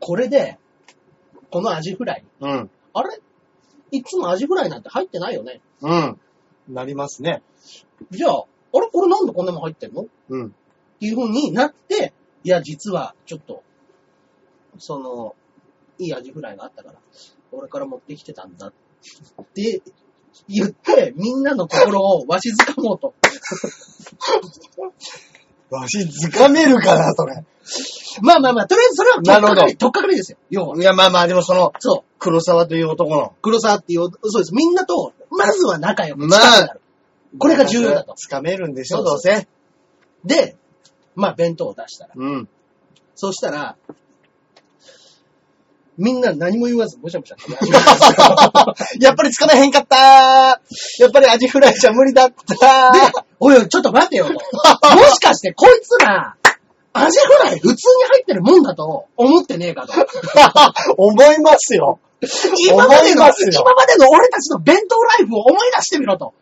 B: これで、このアジフライ、
A: うん。
B: あれいつもアジフライなんて入ってないよね。
A: うん。なりますね。
B: じゃあ、あれこれなんでこんなもん入ってんのっ
A: うん。
B: ていう風になって、いや、実は、ちょっと、その、いいアジフライがあったから、俺から持ってきてたんだって言って、みんなの心をわしづかもうと。
A: わし、掴めるかな、それ。
B: まあまあまあ、とりあえずそれは、
A: なるほど
B: とっかかりですよ。要は。
A: いや、まあまあ、でもその、
B: そう。
A: 黒沢という男の。
B: 黒沢っていう、そうです。みんなと、まずは仲良く
A: まあ
B: 近くなる。これが重要だと。
A: つかめるんでしょ、
B: そ
A: ど
B: う
A: う
B: そ
A: せ。
B: で、まあ弁当を出したら。
A: うん。
B: そうしたら、みんな何も言わず、むしゃむしゃ食べ始めたんですよ
A: やっぱりつかめへんかったーやっぱりアジフライじゃ無理だったー
B: で、 おいおい、ちょっと待てよと。 もしかしてこいつら、アジフライ普通に入ってるもんだと思ってねえ かと。
A: 思いますよ。
B: 今ま
A: 思
B: での、
A: いますよ
B: 今までの俺たちの弁当ライフを思い出してみろと。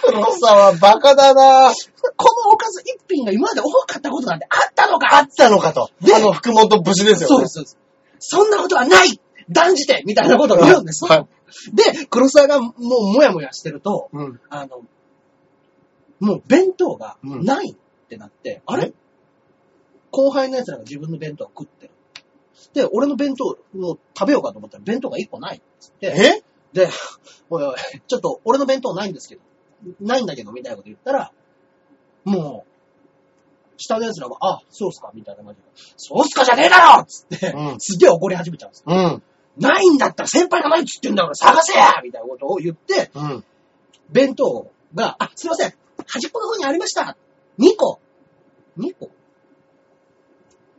A: 黒沢バカだなー
B: このおかず一品が今まで多かったことなんてあったのか
A: あったのかと。あの、福本無事ですよ、ね。
B: そうです、そうです。そんなことはない断じてみたいなことを言うんです。
A: はい。
B: で、黒沢がもうもやもやしてると、
A: うん。
B: あの、もう弁当が
A: うん
B: ないってなって、あれ後輩の奴らが自分の弁当を食ってる。で、俺の弁当を食べようかと思ったら弁当が一個ないっつって、
A: え
B: で、おいおい、ちょっと俺の弁当ないんですけど、ないんだけどみたいなこと言ったら、もう、下の奴らが、あ、そうっすかみたいな感じで、そうっすかじゃねえだろっつって、
A: うん
B: すげえ怒り始めちゃうんですよ。
A: うん。
B: ないんだったら先輩がないっつってんだから探せやみたいなことを言って、
A: うん。
B: 弁当が、あ、すいません。端っこの方にありました。2個。2個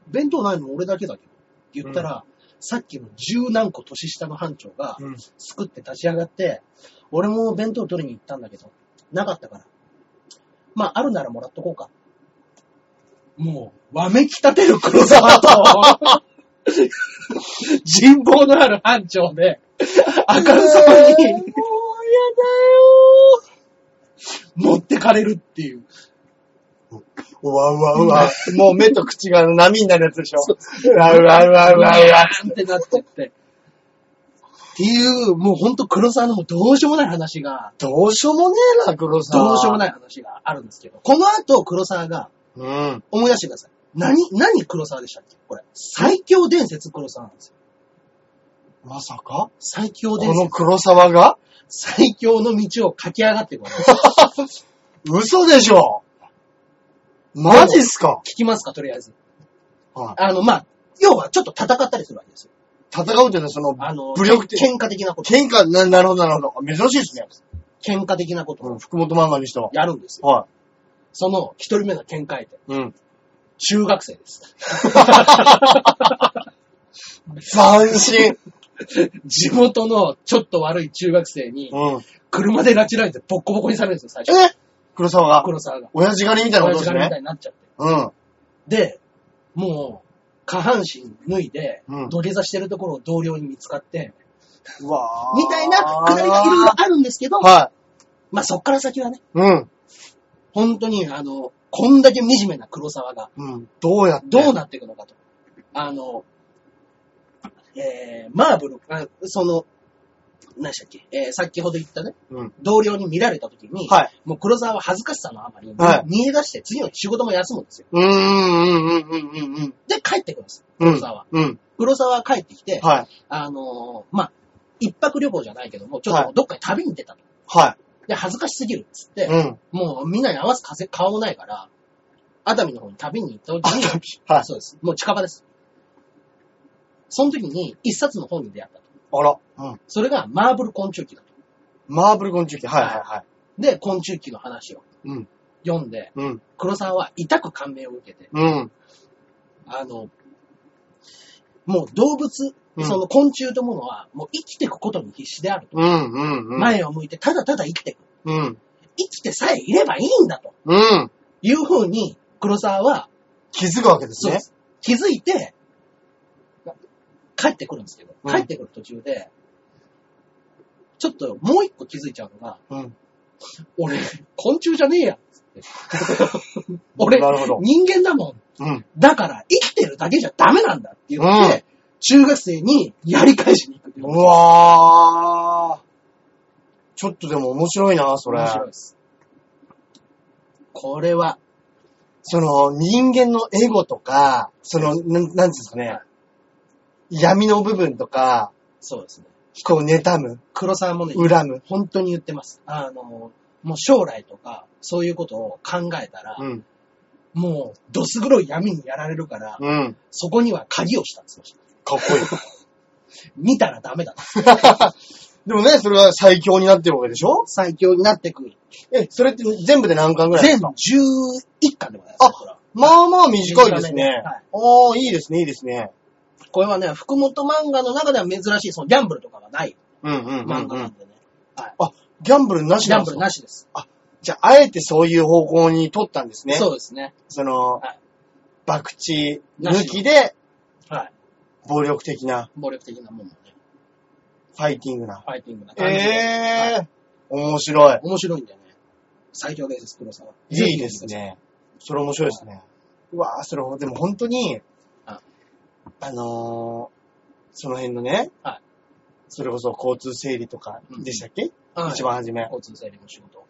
B: 弁当ないの俺だけだけど。言ったら、さっきの十何個年下の班長が、
A: うん。
B: すくって立ち上がって、俺も弁当取りに行ったんだけど、なかったから。まあ、あるならもらっとこうか。もう、わめき立てる黒沢と、 人望のある班長で、あかんそう
A: えーもう
B: に、持ってかれるっていう。
A: うわうわうわ。 もう目と口が波になるやつでしょ。うわうわうわうわうわ。
B: ーんってなっちゃって。っていう、もうほんと黒沢のもうどうしようもない話が、
A: どうしようもねえな、黒沢。。
B: どうしようもないい話があるんですけど、この後黒沢が
A: うん。
B: 思い出してください。何、何黒沢でしたっけこれ。最強伝説黒沢なんですよ。
A: まさか
B: 最強
A: こ
B: 伝
A: の
B: 説。
A: 黒沢が
B: 最強の道を駆け上がっていくわけです。
A: 嘘でしょマジっすか
B: 聞きますかとりあえず。
A: はい
B: あの、まあ、要はちょっと戦ったりするわけですよ。
A: 戦うというのはその、
B: あの、
A: 武力的。
B: 喧嘩的なこと。
A: 喧嘩、な、なるほどなるほど。珍しいですね。
B: 喧嘩的なこと
A: う
B: を
A: ん、福本漫画にしては。
B: やるんですよ。
A: は
B: その一人目の喧嘩相手、
A: い。うん。
B: 中学生です。
A: 斬新。
B: 地元のちょっと悪い中学生に、
A: うん。
B: 車で拉致られてボッコボコにされるんですよ、最初。
A: え黒沢が。
B: 黒沢が。
A: 親父狩りみたいなこ
B: 親
A: とで
B: 父
A: す
B: がみた
A: ね
B: い。になっちゃって。
A: うん。
B: で、もう、下半身脱いで
A: うん、
B: 土下座してるところを同僚に見つかって、
A: うわ
B: みたいなくだりがいろいろあるんですけど、
A: は
B: まあそっから先はね、
A: い。うん。
B: 本当にあの、こんだけ惨めな黒沢が、
A: うん。どうやって
B: どう
A: な
B: なっていくのかと。あの、えー、マーブル、あその、何でしたっけ、えー、先ほど言ったね、
A: うん。
B: 同僚に見られた時に、
A: はい。
B: もう黒沢は恥ずかしさのあまり、
A: は
B: 逃げ出して次の日仕事も休むんですよ。
A: うーん、うん、うん、うん、うん。
B: で、帰ってくるんです。
A: うん。
B: 黒沢は。
A: うん。
B: 黒沢は帰ってきて、
A: はい。
B: あのーまあ、一泊旅行じゃないけども、ちょっ
A: は
B: とどっかに旅に出たと。
A: は
B: で、恥ずかしすぎるっつっ
A: い。
B: て、
A: うん。
B: もうみんなに合わす風顔もないから、熱海の方に旅に行った時に、
A: はい。
B: そうです。もう近場です。その時に一冊の本に出会ったと。
A: あら。うん。
B: それがマーブル昆虫記だと。
A: マーブル昆虫記。はい、はい、はい。
B: で、昆虫記の話を
A: うん。
B: 読んで、
A: うん。
B: 黒沢は痛く感銘を受けて、
A: うん。
B: あの、もう動物、
A: うん
B: その昆虫というものは、もう生きていくことに必死であると。
A: うん、うん、うん。
B: 前を向いて、ただただ生きていく。
A: うん。
B: 生きてさえいればいいんだと
A: うん。
B: いうふうに、黒沢は、
A: 気づくわけです
B: そう
A: ね
B: で。す気づいて、帰ってくるんですけど、
A: うん
B: 帰ってくる途中で、ちょっともう一個気づいちゃうのが、
A: うん。
B: 俺、昆虫じゃねえやっつ って。俺、
A: なるほど。
B: 人間だもん。
A: うん。
B: だから、生きてるだけじゃダメなんだって言って、中学生にやり返しに行くっていう
A: うわー。ちょっとでも面白いな、それ。
B: 面白いです。これは、
A: その、人間のエゴとか、その、なん、なんていうんですかね
B: は、
A: 闇の部分とか、
B: そうですね。
A: こう、妬む、
B: 黒沢もね、
A: 恨む。
B: 本当に言ってます。あの、もう将来とか、そういうことを考えたら、
A: うん。
B: もう、どす黒い闇にやられるから、
A: うん。
B: そこには鍵をしたっつってました。
A: かっこいい。
B: 見たらダメだ。
A: でもね、それは最強になってるわけでしょ
B: 最強になってくる。
A: え、それって全部で何巻ぐらいで
B: 全
A: すか
B: 11巻でございます。
A: あまあまあ短いですね。
B: 短めではい
A: ああ、いいですね、いいですね。
B: これはね、福本漫画の中では珍しい、そのギャンブルとかがない
A: うんうんうん、
B: 漫画
A: う
B: なん
A: ん。
B: でね。
A: ギャンブルなし
B: ギ
A: な
B: ャ
A: ん
B: ン
A: で
B: ブ
A: す
B: ル
A: か
B: なしです。
A: じゃあ、あえてそういう方向に取ったんですね。
B: そうですね。
A: その、
B: はい
A: 博打
B: なし
A: 抜きで、
B: はい。
A: 暴力的な、
B: 暴力的なもんもね、
A: ファイティングな。
B: ファイティングな
A: え
B: 感じで。
A: え
B: はい
A: 面白い。
B: 面白いんだよね。最強です、黒沢。
A: いいです。ね。それ面白いですね。うわぁ、それ、でも本当に、
B: あ
A: あのー、その辺のね、
B: はい
A: それこそ交通整理とかでしたっけ、
B: はい
A: 一番初め。
B: 交通整理の仕事。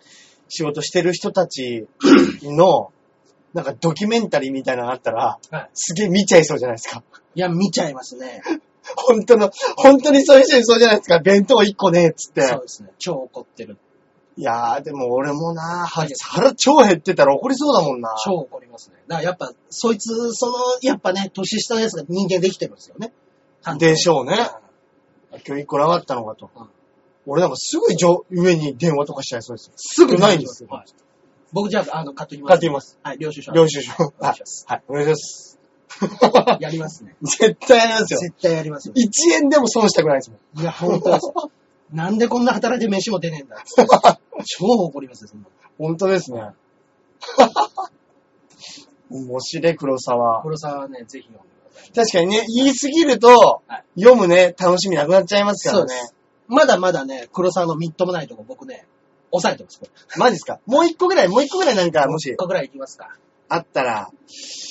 A: 仕事してる人たちの、なんかドキュメンタリーみたいなのがあったら、
B: はい。
A: すげえ見ちゃいそうじゃないですか。
B: いや、見ちゃいますね。
A: 本当の、本当にそういう人いそうじゃないですか。弁当1個ね、つって。
B: そうですね。超怒ってる。
A: いやー、でも俺もな
B: はい
A: 腹超減ってたら怒りそうだもんな。
B: 超怒りますね。だからやっぱ、そいつ、その、やっぱね、年下のやつが人間できてるんですよね。
A: でしょうね
B: は
A: 今日1個なかったのかと。
B: うん
A: 俺なんかすぐ上上に電話とかしちゃいそうですよ。
B: い
A: すぐないんですよ。
B: はい僕じゃあ、あの、買っときます。
A: 買ってみます。
B: はい、領収書。
A: 領収書。
B: お願
A: はい
B: します。
A: い。お願いします。
B: やりますね。
A: 絶対やりますよ。
B: 絶対やりますよ。
A: 1円でも損したくないです もん。
B: いや、本当ですよ。なんでこんな働いて飯も出ね えんだ。超怒りますよ、そんなの。
A: 本当 ですね。面白い黒沢。
B: 黒沢はね、ぜひ読んでください。
A: 確かにね、言いすぎると
B: は、
A: 読むね、楽しみなくなっちゃいますから
B: そう
A: ね
B: で。す。まだまだね、黒沢のみっともないとこ僕ね、抑えてます、これ。
A: マジですかもう一個ぐらい、もう一個ぐらいなんか、も
B: 一
A: し、
B: 個ぐらいいきますか。
A: あったら、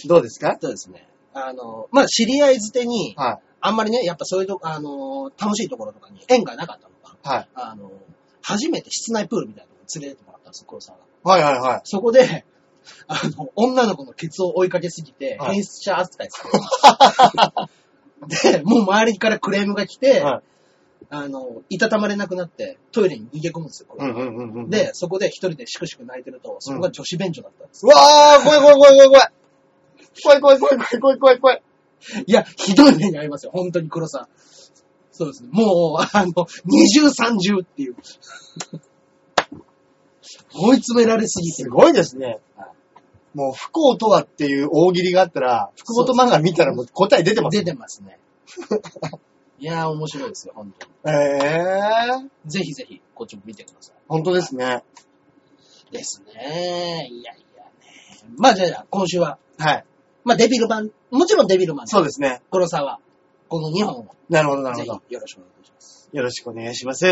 A: どうですか
B: そうですね。あの、まあ、知り合いづてに、
A: は
B: あんまりね、やっぱそういうとこ、あの、楽しいところとかに縁がなかったの
A: い。
B: か、
A: はい。
B: あの、初めて室内プールみたいなとこに連れてってもらったんですよ、黒沢が。
A: はいはいはい。
B: そこで、あの、女の子のケツを追いかけすぎて、
A: はい
B: 変質者扱いされた。で、もう周りからクレームが来て、
A: はい
B: あの、いたたまれなくなって、トイレに逃げ込むんですよ、こ
A: う
B: れ
A: んうんうんうん。、
B: で、そこで一人でしくしく泣いてると、そこが女子便所だったんです。
A: うわー、怖い怖い怖い怖い怖い。怖い怖い怖い怖い怖い怖い
B: いや、ひどい目に遭いますよ、本当に黒さん。そうですね。もう、あの、二重三重っていう。追い詰められすぎて
A: す。ごいですね
B: は。
A: もう、不幸とはっていう大喜利があったら、福本漫画見たらもう答え出てます。
B: 出てます ね。いやー、面白いですよ、本当に。
A: えー、
B: ぜひぜひ、こっちも見てくださ
A: 本当ですね。
B: い。ですね。いやいやね。まあじゃあじゃあ、今週は、
A: はい。
B: まあデビル版、もちろんデビル版で、
A: そうですね。
B: 黒沢、この2本を
A: なるほどなる
B: ぜ
A: ほ
B: ひ
A: ど。
B: よろしくお願いします。
A: よろしくお願いします。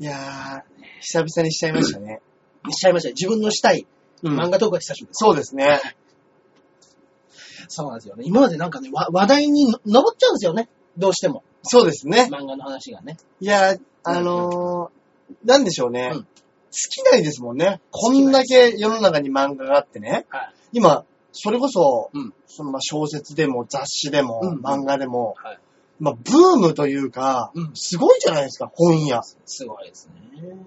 A: いやー、久々にしちゃいましたね。
B: しちゃいました。自分のしたい漫
A: うん
B: 画トークが久しぶりです。
A: そうですね。
B: そうなんですよね。今までなんかね、わ話題にの上っちゃうんですよね。どうしても。
A: そうですね。
B: 漫画の話がね。
A: いやー、あのー、なんでしょうね。
B: うん
A: 好きないですもんね。こんだけ世の中に漫画があってね。
B: はい。
A: 今、それこそ、
B: うん
A: そのまあ小説でも雑誌でも、
B: うんうん
A: 漫画でも、
B: はい。
A: まあ、ブームというか、
B: うん
A: すごいじゃないですか、本屋。
B: すごいですね。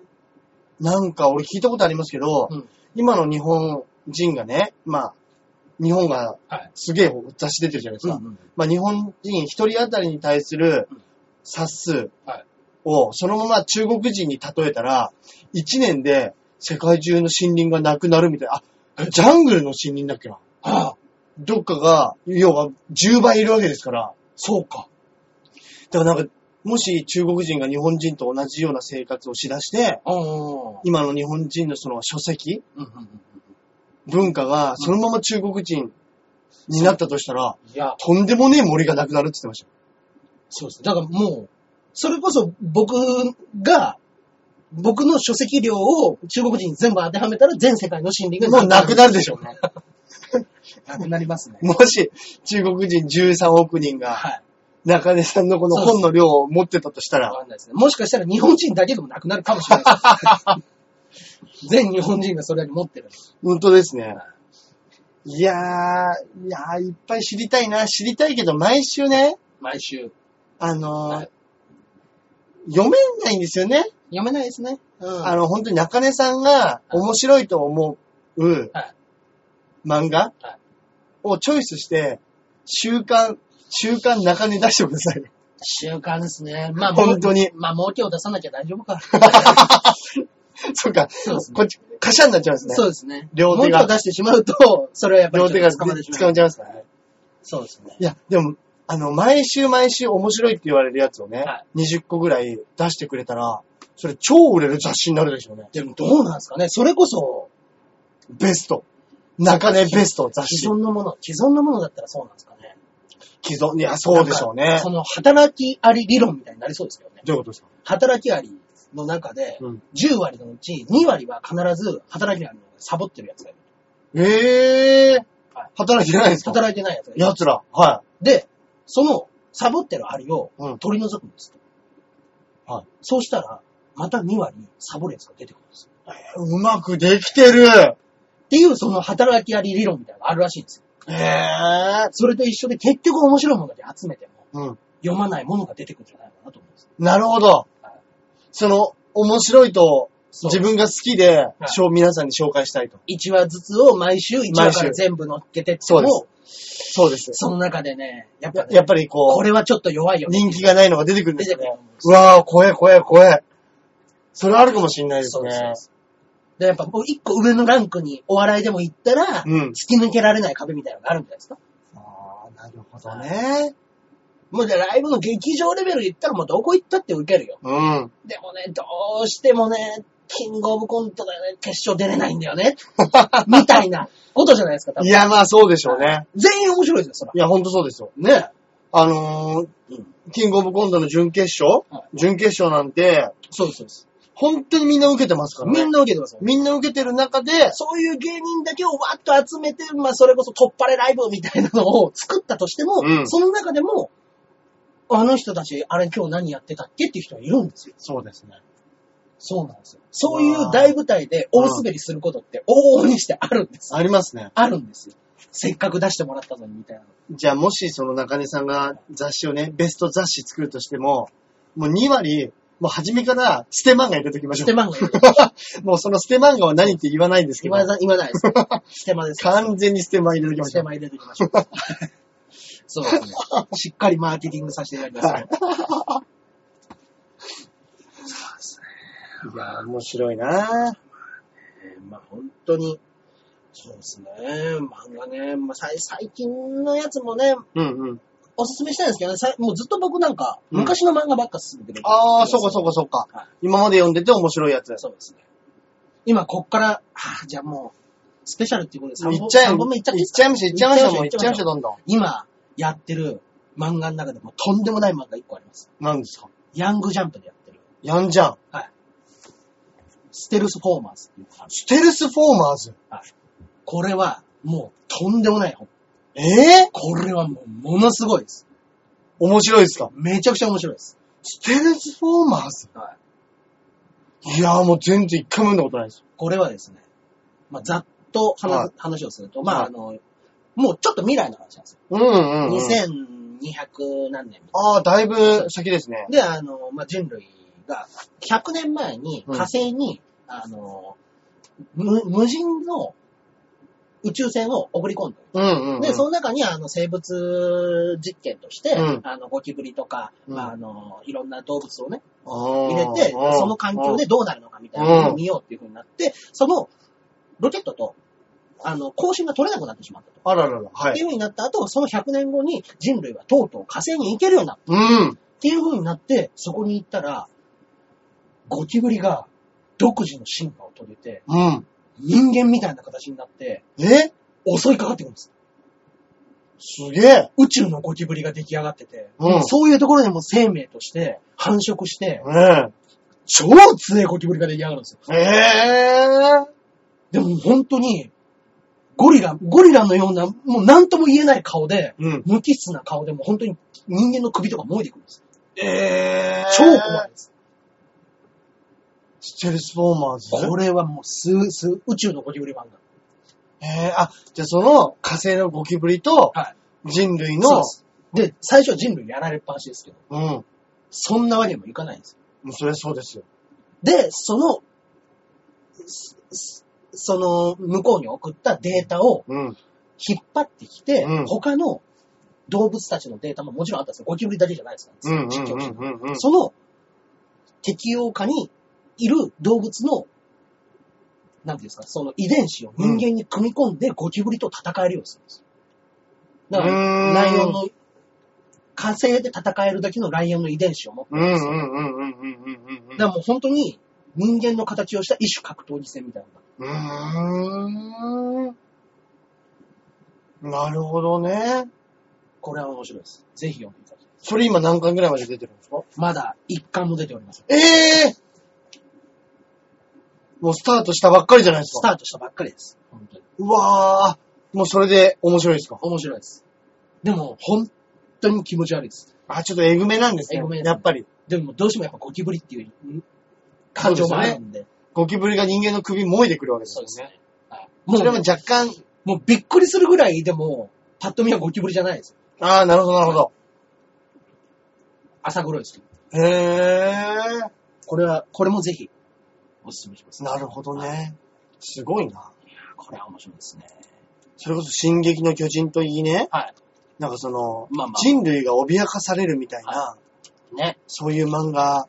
A: なんか俺聞いたことありますけど、
B: うん
A: 今の日本人がね、まあ、日本が
B: はい。
A: すげえ雑誌出てるじゃないですか。
B: うん
A: まあ、日本人一人当たりに対する
B: うん
A: 冊数
B: はい
A: をそのまま中国人に例えたら、1年で世界中の森林がなくなるみたいな、あ、ジャングルの森林だっけな。
B: ああ、
A: どっかが、要は10倍いるわけですから、
B: そうか。
A: だからなんか、もし中国人が日本人と同じような生活をしだして、
B: ああ。うん
A: 今の日本人のその書籍、
B: うんうん
A: 文化がそのまま中国人になったとしたら、
B: いや、
A: とんでもねえ森がなくなるって言ってましたよ。
B: そうですね。だからもう、それこそ僕が、僕の書籍量を中国人に全部当てはめたら全世界の森林が
A: もうなくなるでしょうね。
B: なくなりますね。
A: もし、中国人13億人が、
B: はい。
A: 中根さんのこの
B: そうです
A: 本の量を持ってたとした
B: わ
A: ら、
B: かんないですね。もしかしたら日本人だけでもなくなるかもしれない です。全日本人がそれだけ持ってる。
A: 本当ですね。いやー、いやー、いっぱい知りたいな。知りたいけど、毎週ね、
B: 毎週。
A: あのー
B: はい
A: 読めないんですよね。
B: 読めないですね。うん。
A: あの、本当に中根さんが面白いと思う、
B: はい
A: 漫画
B: はい
A: をチョイスして、週刊、週刊中根出してくだ さいよ。
B: 習慣ですね。まあ、
A: 本当に
B: もうまあ、儲けを出さなきゃ大丈夫か。
A: そっか、
B: そうですね。
A: こっち、カシャになっちゃいますね。
B: そうですね。
A: 両手が
B: 儲けを出してしまうと、それはやっぱり
A: 両手が
B: 捕
A: 捕ま
B: ま
A: っ
B: っでし
A: ち
B: ま
A: ゃ
B: う
A: い。ますからね。
B: そうですね。
A: いや、でも、あの、毎週毎週面白いって言われるやつをね、
B: は
A: 20個ぐらい出してくれたら、それ超売れる雑誌になるでしょうね。
B: でもどうなんですかね。それこそ、
A: ベスト。中根ベスト雑誌
B: 既。存のもの、既存のものだったらそうなんですかね。
A: 既存。いや、そうでしょう
B: なん
A: ね
B: か。その、働きあり理論みたいになりそうですけどね。
A: どういうことですか
B: 働きありの中で、
A: うん
B: 10割のうち2割は必ず働きありのサボってるやつがいる。
A: ええー
B: はい。
A: 働いてないんですか
B: 働いてないやつがいる。
A: 奴ら。は
B: で、その、サボってるアリを
A: うん
B: 取り除くんですと。
A: はい。
B: そうしたら、また2割サボるやつが出てくるんです。
A: い。うまくできてる。
B: っていう、その働きあり理論みたいなのがあるらしいんですよ。
A: ええ
B: それと一緒で結局面白いものだけ集めても、
A: うん。
B: 読まないものが出てくるんじゃないかなと思うんです。
A: なるほど。その、面白いと、
B: そう
A: 自分が好きで、
B: い
A: しょう皆さんに紹介したいと。
B: 1話ずつを毎週1話から全部乗っけてって
A: そうで
B: も
A: す、そうです。
B: その中でね、やっぱ
A: や
B: ね、
A: やっぱり
B: こ
A: こ、
B: れはちょっと弱いうよね。
A: 人気がないのが出てくるんで
B: 出
A: す
B: て
A: よね
B: くると。思うんです
A: うわぁ、怖え怖え怖え。それあるかもしんないです
B: そう
A: ね。
B: ですそうです。で、やっぱもう一個上のランクにお笑いでも行ったら、
A: うん
B: 突き抜けられない壁みたいなのがあるんじゃないですか。
A: ああ、なるほどね。
B: もうじゃあライブの劇場レベルで行ったらもうどこ行ったって受けるよ。
A: うん。
B: でもね、どうしてもね、キングオブコントがね、決勝出れないんだ よね。みたいなことじゃないですか、多
A: い
B: 分。
A: や、まあそうでしょうね。
B: 全員面白いですよ、そら。
A: いや、ほんとそうですよ。
B: ね
A: あのー
B: うん、
A: キングオブコントの準決勝、
B: は
A: 準決勝なんて、
B: そうです、そうです。
A: 本当にみんな受けてますから
B: み
A: ね
B: ん。な受けてますよ。
A: みんな受けてる中で、
B: そういう芸人だけをわっと集めて、まあ、それこそ突破れライブみたいなのを作ったとしても、
A: うん
B: その中でも、あの人たち、あれ今日何やってたっけっていう人がいるんですよ。
A: そうですね。
B: そうなんですよ。そういう大舞台で大滑りすることって往々にしてあるんです。
A: ありますね。
B: あるんですよ。せっかく出してもらったのにみたいな。
A: じゃあもしその中根さんが雑誌をね、ベスト雑誌作るとしても、もう2割、もう初めから捨て漫画入れときまし
B: ス
A: ょ
B: テマがいる。
A: う。 もうその捨て漫画は何って言わないんですけど
B: 今、だ、今ないです。ステマです。
A: 完全に捨て漫画入れときま
B: ス
A: しょ
B: テ
A: う。
B: マ入れていきましょ う。そうですね。しっかりマーケティングさせていただきます、ね。
A: いやー、面白いなぁ。
B: えーまあ本当に、そうですね、漫画ね、まあさい最近のやつもね、
A: うんうん。
B: おすすめしたいんですけどね、さもうずっと僕なんか、
A: うん
B: 昔の漫画ばっか進めてる、
A: あー、そうかそうかそうか
B: はい。
A: 今まで読んでて面白いやつ。
B: そうですね。今こっから、はあ、じゃあもう、スペシャルっていうことで三
A: い
B: 本
A: っちゃえ、
B: 三本目いっちゃって
A: い
B: い
A: っ
B: いです
A: ち
B: か
A: ゃいましょう、いっちゃいましょう、もうい
B: い
A: っ
B: っ
A: ち
B: ち
A: ゃ
B: ゃ
A: いま
B: い
A: し
B: ま
A: ょう、
B: しょう
A: どんどん。
B: 今、やってる漫画の中でもとんでもない漫画一個あります。
A: 何ですか
B: ヤングジャンプでやってる、
A: やんじゃん。
B: ステルスフォーマーズっていうのがある
A: ステルスフォーマーズ。
B: これは、もう、とんでもない本。
A: ええ
B: これはもう、ものすごいです。
A: 面白いですか
B: めちゃくちゃ面白いです。
A: ステルスフォーマーズ
B: はい。
A: いやーもう全然一回も読んだことないです。
B: これはですね、まあ、ざっと話,、
A: はい
B: 話をすると、まあ、
A: はい
B: あの、もうちょっと未来の話なんですよ。
A: うんうん、うん。
B: 2200何年みたい
A: ああ、だいぶ先ですね。
B: な。で、あの、まあ、人類が100年前に火星に、あの、無無人の宇宙船を送り込んだ。
A: うんうん、うん。
B: で、その中にあの生物実験として、
A: うん
B: あのゴキブリとか、
A: うん
B: まあ、あのいろんな動物をね、
A: 入
B: 入れて、その環境でどうなるのかみたいなのを見ようっていう風になって、そのロケットと、あの、交信が取れなくなってしまったと。
A: あららら、は
B: ってい
A: い。
B: う風になった後、その100年後に人類はとうとう火星に行けるようになった
A: うん。
B: っていう風になって、そこに行ったら、ゴキブリが独自の進化を遂げて、
A: うん。
B: 人間みたいな形になって、
A: え
B: 襲いかかってくるんです。
A: すげえ。
B: 宇宙のゴキブリが出来上がってて、
A: うん
B: そういうところでも生命として繁殖して、
A: ね
B: 超強いゴキブリが出来上がるんですよ。
A: え。えー。
B: でも本当に、ゴリラ、ゴリラのような、もう何とも言えない顔で、
A: うん。
B: 無機質な顔でもう本当に人間の首とか燃えてくるんです。
A: えー。
B: 超怖い。です。
A: ステルスフォーマーズ
B: これはもう数、数、宇宙のゴキブリ漫
A: えー、あ、じゃあその火星のゴキブリと
B: 画。はい。
A: 人類
B: そう
A: の
B: で、す。で、最初は人類やられっぱなしですけど、
A: うん。も
B: そんなわけにもいかないんですよ。
A: うそれはそうですよ。
B: で、その、すすその、向こうに送ったデータを
A: うん。
B: 引っ張ってきて、
A: うん
B: 他の動物たちのデータももちろんあったんですよ。ゴキブリだけじゃないですか
A: うん。う
B: ら、
A: ん。
B: 実況者
A: うん。うん。
B: その適用下にいる動物の、なんていうんですか、その遺伝子を人間に組み込んでゴキブリと戦えるようにするんですよ。だか
A: うーん
B: ら、ライオンの、火星で戦えるだけのライオンの遺伝子を持って
A: う
B: る
A: ん。
B: んで
A: う
B: すよ。
A: ん。うん。うん。うん。うん。うん。
B: だからもう本当に人間の形をした一種格闘技戦みたいな。
A: うーん。なるほどね。
B: これは面白いです。ぜひ読んでいただきた
A: それ今何巻ぐらいまで出てるんですか
B: い。まだ一巻も出ておりません。
A: ええもうスタートしたばっかりじゃないです
B: ス
A: か。
B: タートしたばっかりです。本当に。
A: うわー。もうそれで面白いですか
B: 面白いです。でも、本当に気持ち悪いです。
A: あ、ちょっとえぐめなんですね。
B: えぐめですね
A: やっぱり。
B: でもどうしてもやっぱゴキブリっていうん感情もあるんで。
A: ゴキブリが人間の首もいでくるわけです
B: そう
A: よ
B: です
A: ね。
B: ね。はい
A: そ
B: もう
A: れも若干、
B: もうびっくりするぐらいでも、パッと見はゴキブリじゃないですよ。
A: あー、なるほど、なるほど。
B: 朝黒いですけど。
A: へえ。
B: これは、これもぜひ、おすすめします。
A: なるほどね。すごいな。
B: これは面白いですね。
A: それこそ、進撃の巨人といいね。
B: はい。
A: なんかその、
B: まあまあ
A: 人類が脅かされるみたいな、
B: はね。
A: そういう漫画、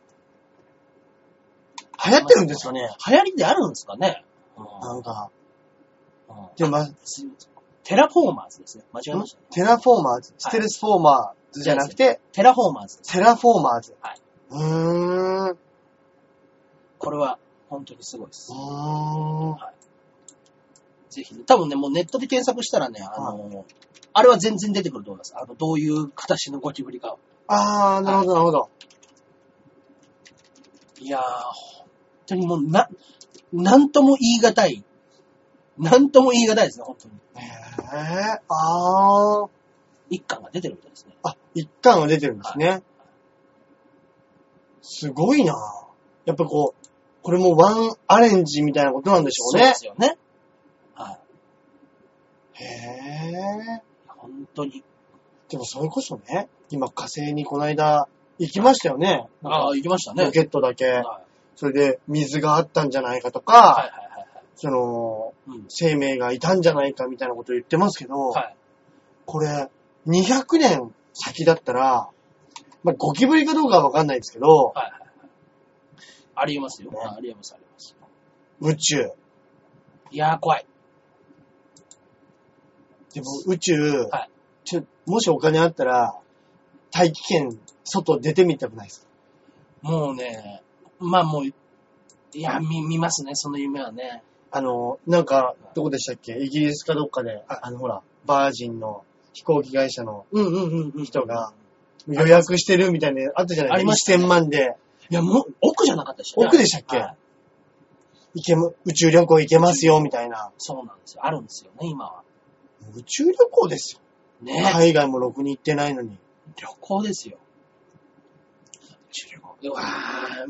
A: 流行ってるんですかね
B: 流行りであるんですかね。うん
A: なんか、
B: うん
A: でもま、
B: すテラフォーマーズですね。間違えましたね。
A: テラフォーマーズ、ステルスフォーマーズじゃなくて、
B: テラフォーマーズです。
A: テラフォーマーズ。
B: はいう
A: ーん。
B: これは本当にすごいです。
A: うーん。
B: ぜひ、ね、多分ね、もうネットで検索したらね、あの、あれは全然出てくると思います。あの、どういう形のゴキブリか。
A: あー、なるほど、なるほど。
B: いやー、本当にもう、な、なんとも言い難い。なんとも言い難いですね、本当に。
A: へえ、あー。
B: 一巻が出てるみたいですね。
A: あ、一巻は出てるんですね。すごいなやっぱこう、これもワンアレンジみたいなことなんでしょう
B: そう
A: ね
B: で。すよね。はい。
A: へえ。
B: 本当に。
A: でもそれこそね、今火星にこの間行きましたよね。
B: ああ、行きましたね。
A: ロケットだけ。
B: はい
A: それで水があったんじゃないかと
B: はい
A: か、
B: はいはい
A: その、
B: はい。うん。
A: 生命がいたんじゃないかみたいなこと言ってますけど、
B: はい。
A: これ、200年先だったら、まあ、ゴキブリかどうかはわかんないですけど、
B: はいはいはい。ありえますよ。
A: ね
B: ありえます、あります。
A: 宇宙。
B: いやー、怖い。
A: でも宇宙、
B: はい
A: ちょもしお金あったら、大気圏、外出てみたくないですか
B: もうね、まあもう、いや、見、見ますね、その夢はね。
A: あの、なんか、どこでしたっけイギリスかどっかで、ああの、ほら、バージンの飛行機会社の
B: うんうんうんうん。
A: 人が予約してるみたいなのあったじゃない
B: ありましたね
A: 1000万で
B: いや、もう、奥じゃなかったでしょ
A: 奥でしたっけ
B: はい
A: 行けむ、宇宙旅行行けますよ、みたいな。
B: そうなんですよ。あるんですよね、今は。
A: 宇宙旅行ですよ。
B: ね
A: 海外もろくに行ってないのに。
B: 旅行ですよ。宇宙旅行。うわー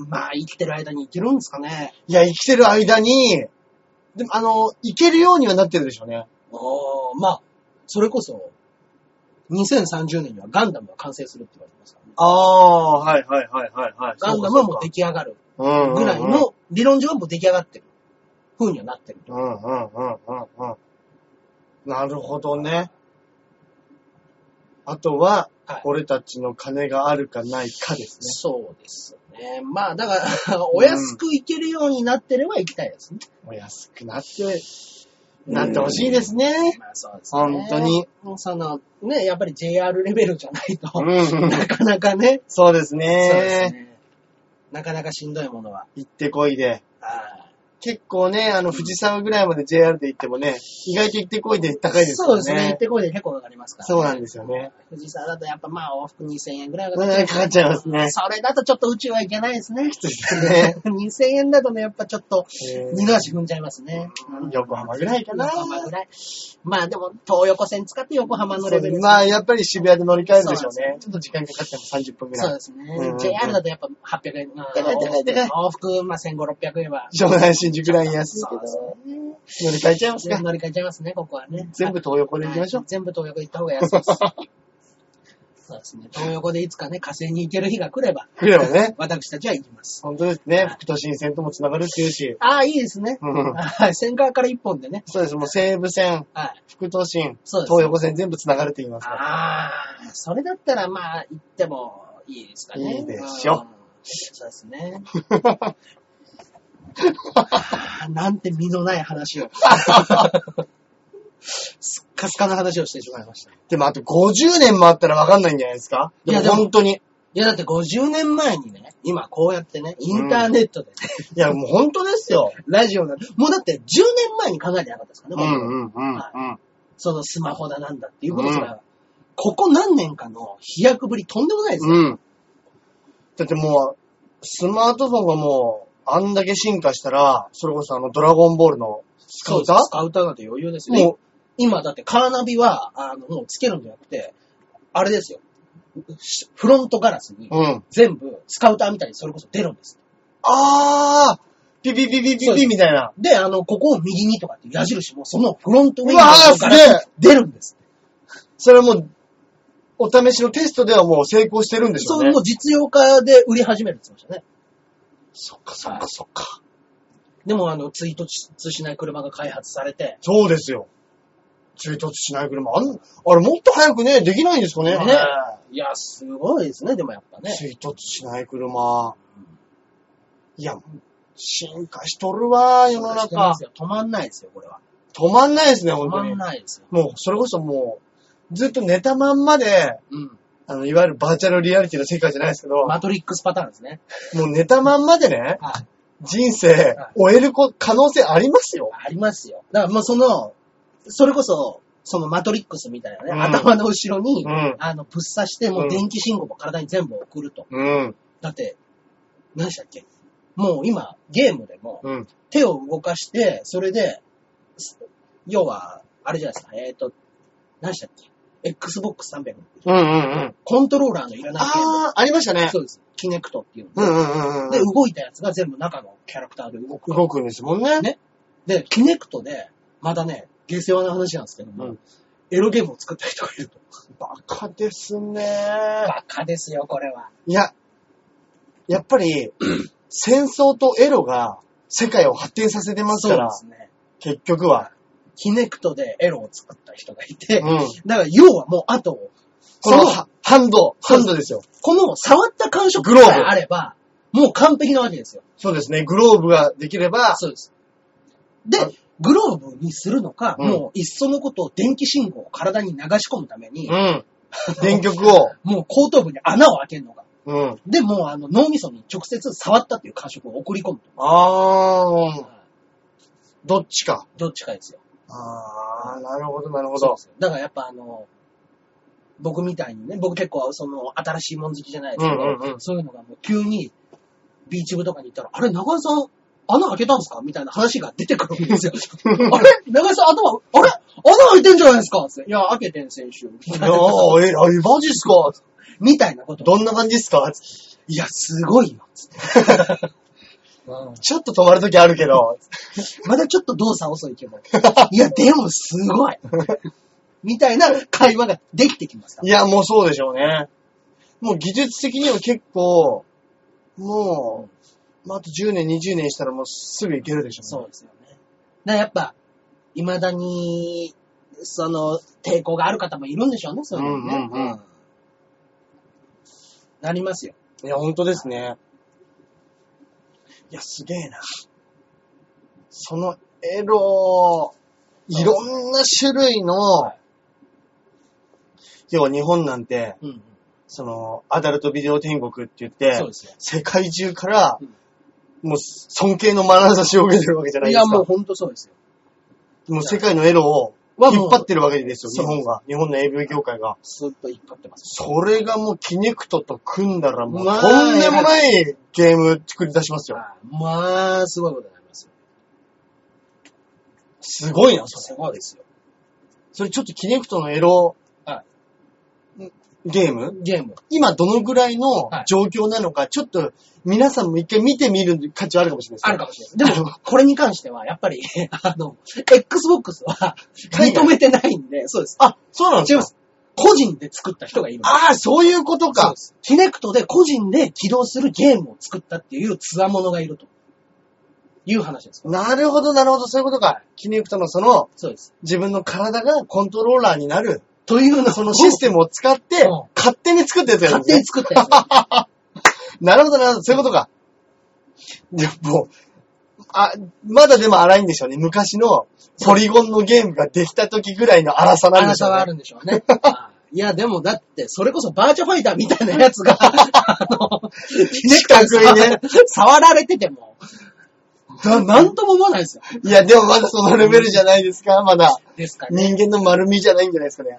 B: まあ、生きてる間に行けるんですかね。
A: いや、生きてる間に、でも、あの、行けるようにはなってるでしょうね。
B: おーまあ、それこそ、2030年にはガンダムが完成するって言われてますからね。
A: ああ、はいはいはいはいはい。
B: ガンダムはもう出来上がる
A: う
B: ぐらい
A: んうんうん
B: の、理論上はもう出来上がってる。風にはなってる。
A: うんうんうんうんうん。なるほどね。あとは、
B: はい
A: 俺たちの金があるかないかですね。
B: そうですね。まあ、だから、 お安く行けるようになってれば行きたいですね。
A: お安くなって、なってほしいですね。
B: まあ、そうですね。
A: 本当に。
B: もうその、ね、やっぱり JR レベルじゃないと、
A: うん
B: なかなかね、
A: そうです
B: そうで
A: ね。
B: すねなかなかしんどいものは。
A: 行ってこいで。
B: あ
A: 結構ね、あの、藤沢ぐらいまで JR で行ってもね、意外と行ってこいで
B: ー
A: 高いです
B: そ
A: よ
B: うですね。行っ
A: ね。
B: てこいで結構かかりますから、ね。
A: そうなんですよね。
B: 藤沢だとやっぱまあ往復2000円ぐらいは
A: うんかかっちゃいますね
B: それだとちょっと宇宙はいけないですね。
A: すね
B: 2000円だとね、やっぱちょっと二の
A: え
B: 足踏んじゃいますね。
A: ー横浜ぐらいかな。
B: 横浜ぐらい。まあでも、東横線使って横浜のレベル。
A: まあ、やっぱり渋谷で乗り換えるでしょう
B: そうなん
A: ね。ちょっと時間かかっても30分ぐらい
B: そう。ですね
A: うんうんう。ん
B: JR だとやっぱ800円。まあ
A: でかいでかいでかい
B: 往復、まあ1500、600円は。
A: 湘南新宿ライン安いけど、
B: そう
A: 乗り換えちゃいますか。
B: 乗り換えちゃいますね、ここはね。
A: 全部東横で行きましょ
B: は
A: う
B: い。全部東横行った方が安いです。そうですね。東横でいつかね、火星に行ける日が来れば、
A: 来ればね。
B: 私たちは行きます。
A: 本当ですね。副都心線とも繋がるっていうし。
B: ああ、いいですね。
A: うん
B: はい。線側から一本でね。
A: そうです。もう西武線、
B: はい。
A: 副都心、
B: そうです
A: 東横線全部繋がるって言いますから。
B: ああ、それだったらまあ、行ってもいいですかね。
A: いいでしょ
B: うん。そうです ね。あーなんて身のない 話を。すっかすかの話をしてしまいました。い
A: でもあと50年もあったらわかんないんじゃないですか
B: い
A: で
B: や
A: も
B: でも
A: 本当に。い
B: や、だって50年前にね、今こうやってね、インターネットで、
A: や、もう本当ですよ。
B: ラジオなもうだって10年前に考えてなかったですかね、
A: うん
B: 僕
A: うんうんうん。
B: そのスマホだなんだっていうことすら、ここ何年かの飛躍ぶりとんでもないですよ。
A: うん。だってもう、スマートフォンがもう、あんだけ進化したら、それこそあの、ドラゴンボールのスカウター
B: スカウターなんて余裕ですよ。
A: も
B: 今だってカーナビは、あの、もうつけるんじゃなくて、あれですよ。フロントガラスに
A: う、うん。
B: 全部スカウターみたいにそれこそ出るんです。
A: あーピピピピピピみたいな。
B: で、あの、ここを右にとかっていう矢印もそのフロントウィンド
A: うわー
B: ウから
A: すげえ
B: 出るんです。
A: それはもう、お試しのテストではもう成功してるんでしょ
B: そうう、
A: ね
B: も。う実用化で売り始めるって言ってましたね。
A: そっかそっかそっか。
B: でも、あの、追突しない車が開発されて、
A: そうですよ。追突しない車。あんあれもっと早くね、できないんですかね。
B: ねいや、すごいですね、でもやっぱね。
A: 追突しない車。いや、進化しとるわ、世の
B: してま
A: 中
B: す。よ止まんないですよ、これは。
A: 止まんないですね、
B: 止
A: 本当
B: ま
A: に
B: ん。ないですよ。
A: もう、それこそもう、ずっと寝たまんまで、
B: うん。
A: あの、いわゆるバーチャルリアリティの世界じゃないですけど、
B: マトリックスパターンですね。
A: もう寝たまんまでね、
B: はい。
A: 人生終えるこ可能性ありますよ。
B: ありますよ。だからもうその、それこそ、そのマトリックスみたいなね、
A: うん
B: 頭の後ろに、
A: うん
B: あの、ぶっ刺して、もう電気信号も体に全部送ると。
A: うん。
B: だって、何でしたっけもう今、ゲームでも、
A: うん。
B: 手を動かして、それで、す要は、あれじゃないですか、えっ、ー、と、何でしたっけ ?Xbox300。
A: うんうんうん。
B: コントローラーのいらないゲーム。
A: あー、ありましたね。
B: そうです。キネクトっていう
A: う
B: の。
A: んうんうんうん。
B: で、動いたやつが全部中のキャラクターで動く。
A: 動くんですもんね。
B: ねで、キネクトで、またね、下世話な話なんですけども、
A: うん
B: エロゲームを作った人がいると。
A: バカですね。
B: バカですよ、これは。
A: いや、やっぱ り、戦争とエロが世界を発展させてます
B: そ
A: か
B: うで
A: ら、
B: すね。
A: 結局は。
B: キネクトでエロを作った人がいて、
A: うん
B: だから要はもう、あと、
A: この
B: その
A: はハンド、
B: そ
A: ハ
B: う
A: ンドですよ。
B: この触った感触
A: グローブ
B: さえあれば、もう完璧なわけですよ。
A: そうですね。グローブができれば、
B: そうです。で
A: あ、
B: グローブにするのか、
A: うん
B: もういっそのことを電気信号を体に流し込むために、
A: うん。電極を、
B: もう後頭部に穴を開けるのか。
A: うん。
B: で、もうあの脳みそに直接触ったっていう感触を送り込むと。
A: あー、どっちか。
B: どっちかですよ。
A: あー、なるほど、なるほ
B: そう
A: ど
B: で。すよ。だからやっぱあの、僕みたいにね、僕結構その新しいもん好きじゃないですけど、
A: うんうんうん
B: そういうのがもう急にビーチ部とかに行ったら、あれ、長井さん、穴開けたんですかみたいな話が出てくる んですよ。あれ長井さん頭、あれ穴開いてんじゃないですかっていや、開けてん、先週。み
A: い
B: た
A: や
B: いな
A: ー、え、あマジっすか
B: みたいなこと。
A: どんな感じっすか
B: いや、すごいよ。つって
A: ちょっと止まるときあるけど、
B: まだちょっと動作遅いけど。いや、でもす ごい。みたいな会話ができてきますから
A: いや、もうそうでしょうね。もう技術的には結構、もう、まあ、あと10年、20年したらもうすぐいけるでしょ
B: そうですよね。だからやっぱ、未だに、その、抵抗がある方もいるんでしょうね、そういうのね。
A: うんうんうん
B: なりますよ。
A: う。いや、本当ですね。いや、すげえな。そのエロ、いろんな種類の
B: い、
A: 要は日本なんて、
B: うんうん、
A: その、アダルトビデオ天国って言って
B: そう、ですよ。
A: 世界中から
B: うん、
A: もう尊敬の眼差しを受けてるわけじゃない
B: い
A: ですか
B: や、。もうほんとそうですよ。
A: もう世界のエロを
B: はもう
A: 引っ張ってるわけですよ、
B: そ
A: 日
B: う
A: 本が。日本の AV 業界が。
B: スッと引っ張ってます。
A: それがもうキネクトと組んだらもう
B: うわー
A: とんでもないゲーム作り出しますよ。
B: ああまあ、すごいことになりますよ。
A: すごいな、そ
B: す
A: れ。
B: ごいですよ。
A: それちょっとキネクトのエロ
B: は
A: ゲーム
B: ゲーム。
A: 今どのぐらいの
B: はい
A: 状況なのか、ちょっと皆さんも一回見てみる価値はあるかもしれないですね。
B: あるかもしれない。でも、これに関しては、やっぱり、あの、Xbox は
A: 海外
B: 認めてないんで、そうです。
A: あ、そうなんで
B: 違
A: す
B: いま
A: か
B: す。個人で作った人がいるの。
A: ああ、そういうこと
B: そう
A: か
B: で。す。キネクトで個人で起動するゲームを作ったっていう強者がいると。いう話です。
A: なるほど、なるほど、そういうことか。キネクトのその、
B: そうです。
A: 自分の体がコントローラーになる、
B: というの
A: そのシステムを使って
B: うん、
A: 勝手に作ったやつがいるん
B: 勝
A: で
B: 手
A: すね。
B: に作 ったやつです。
A: なるほど、なるほど、そういうことか。いや、もう、あ、まだでも荒いんでしょうね。昔のポリゴンのゲームができた時ぐらいの荒さなん
B: あ
A: で
B: な
A: しょ
B: た
A: う
B: はあ
A: ね。
B: るんでしょうね。はいいや、でもだって、それこそバーチャファイターみたいなや つが、あの、キネクトに触
A: 四角いね
B: 触られてても、ななんとも思わないですよ。
A: いや、でもまだそのレベルじゃないですか、まだ。
B: ですかね。
A: 人間の丸みじゃないんじゃないですかね。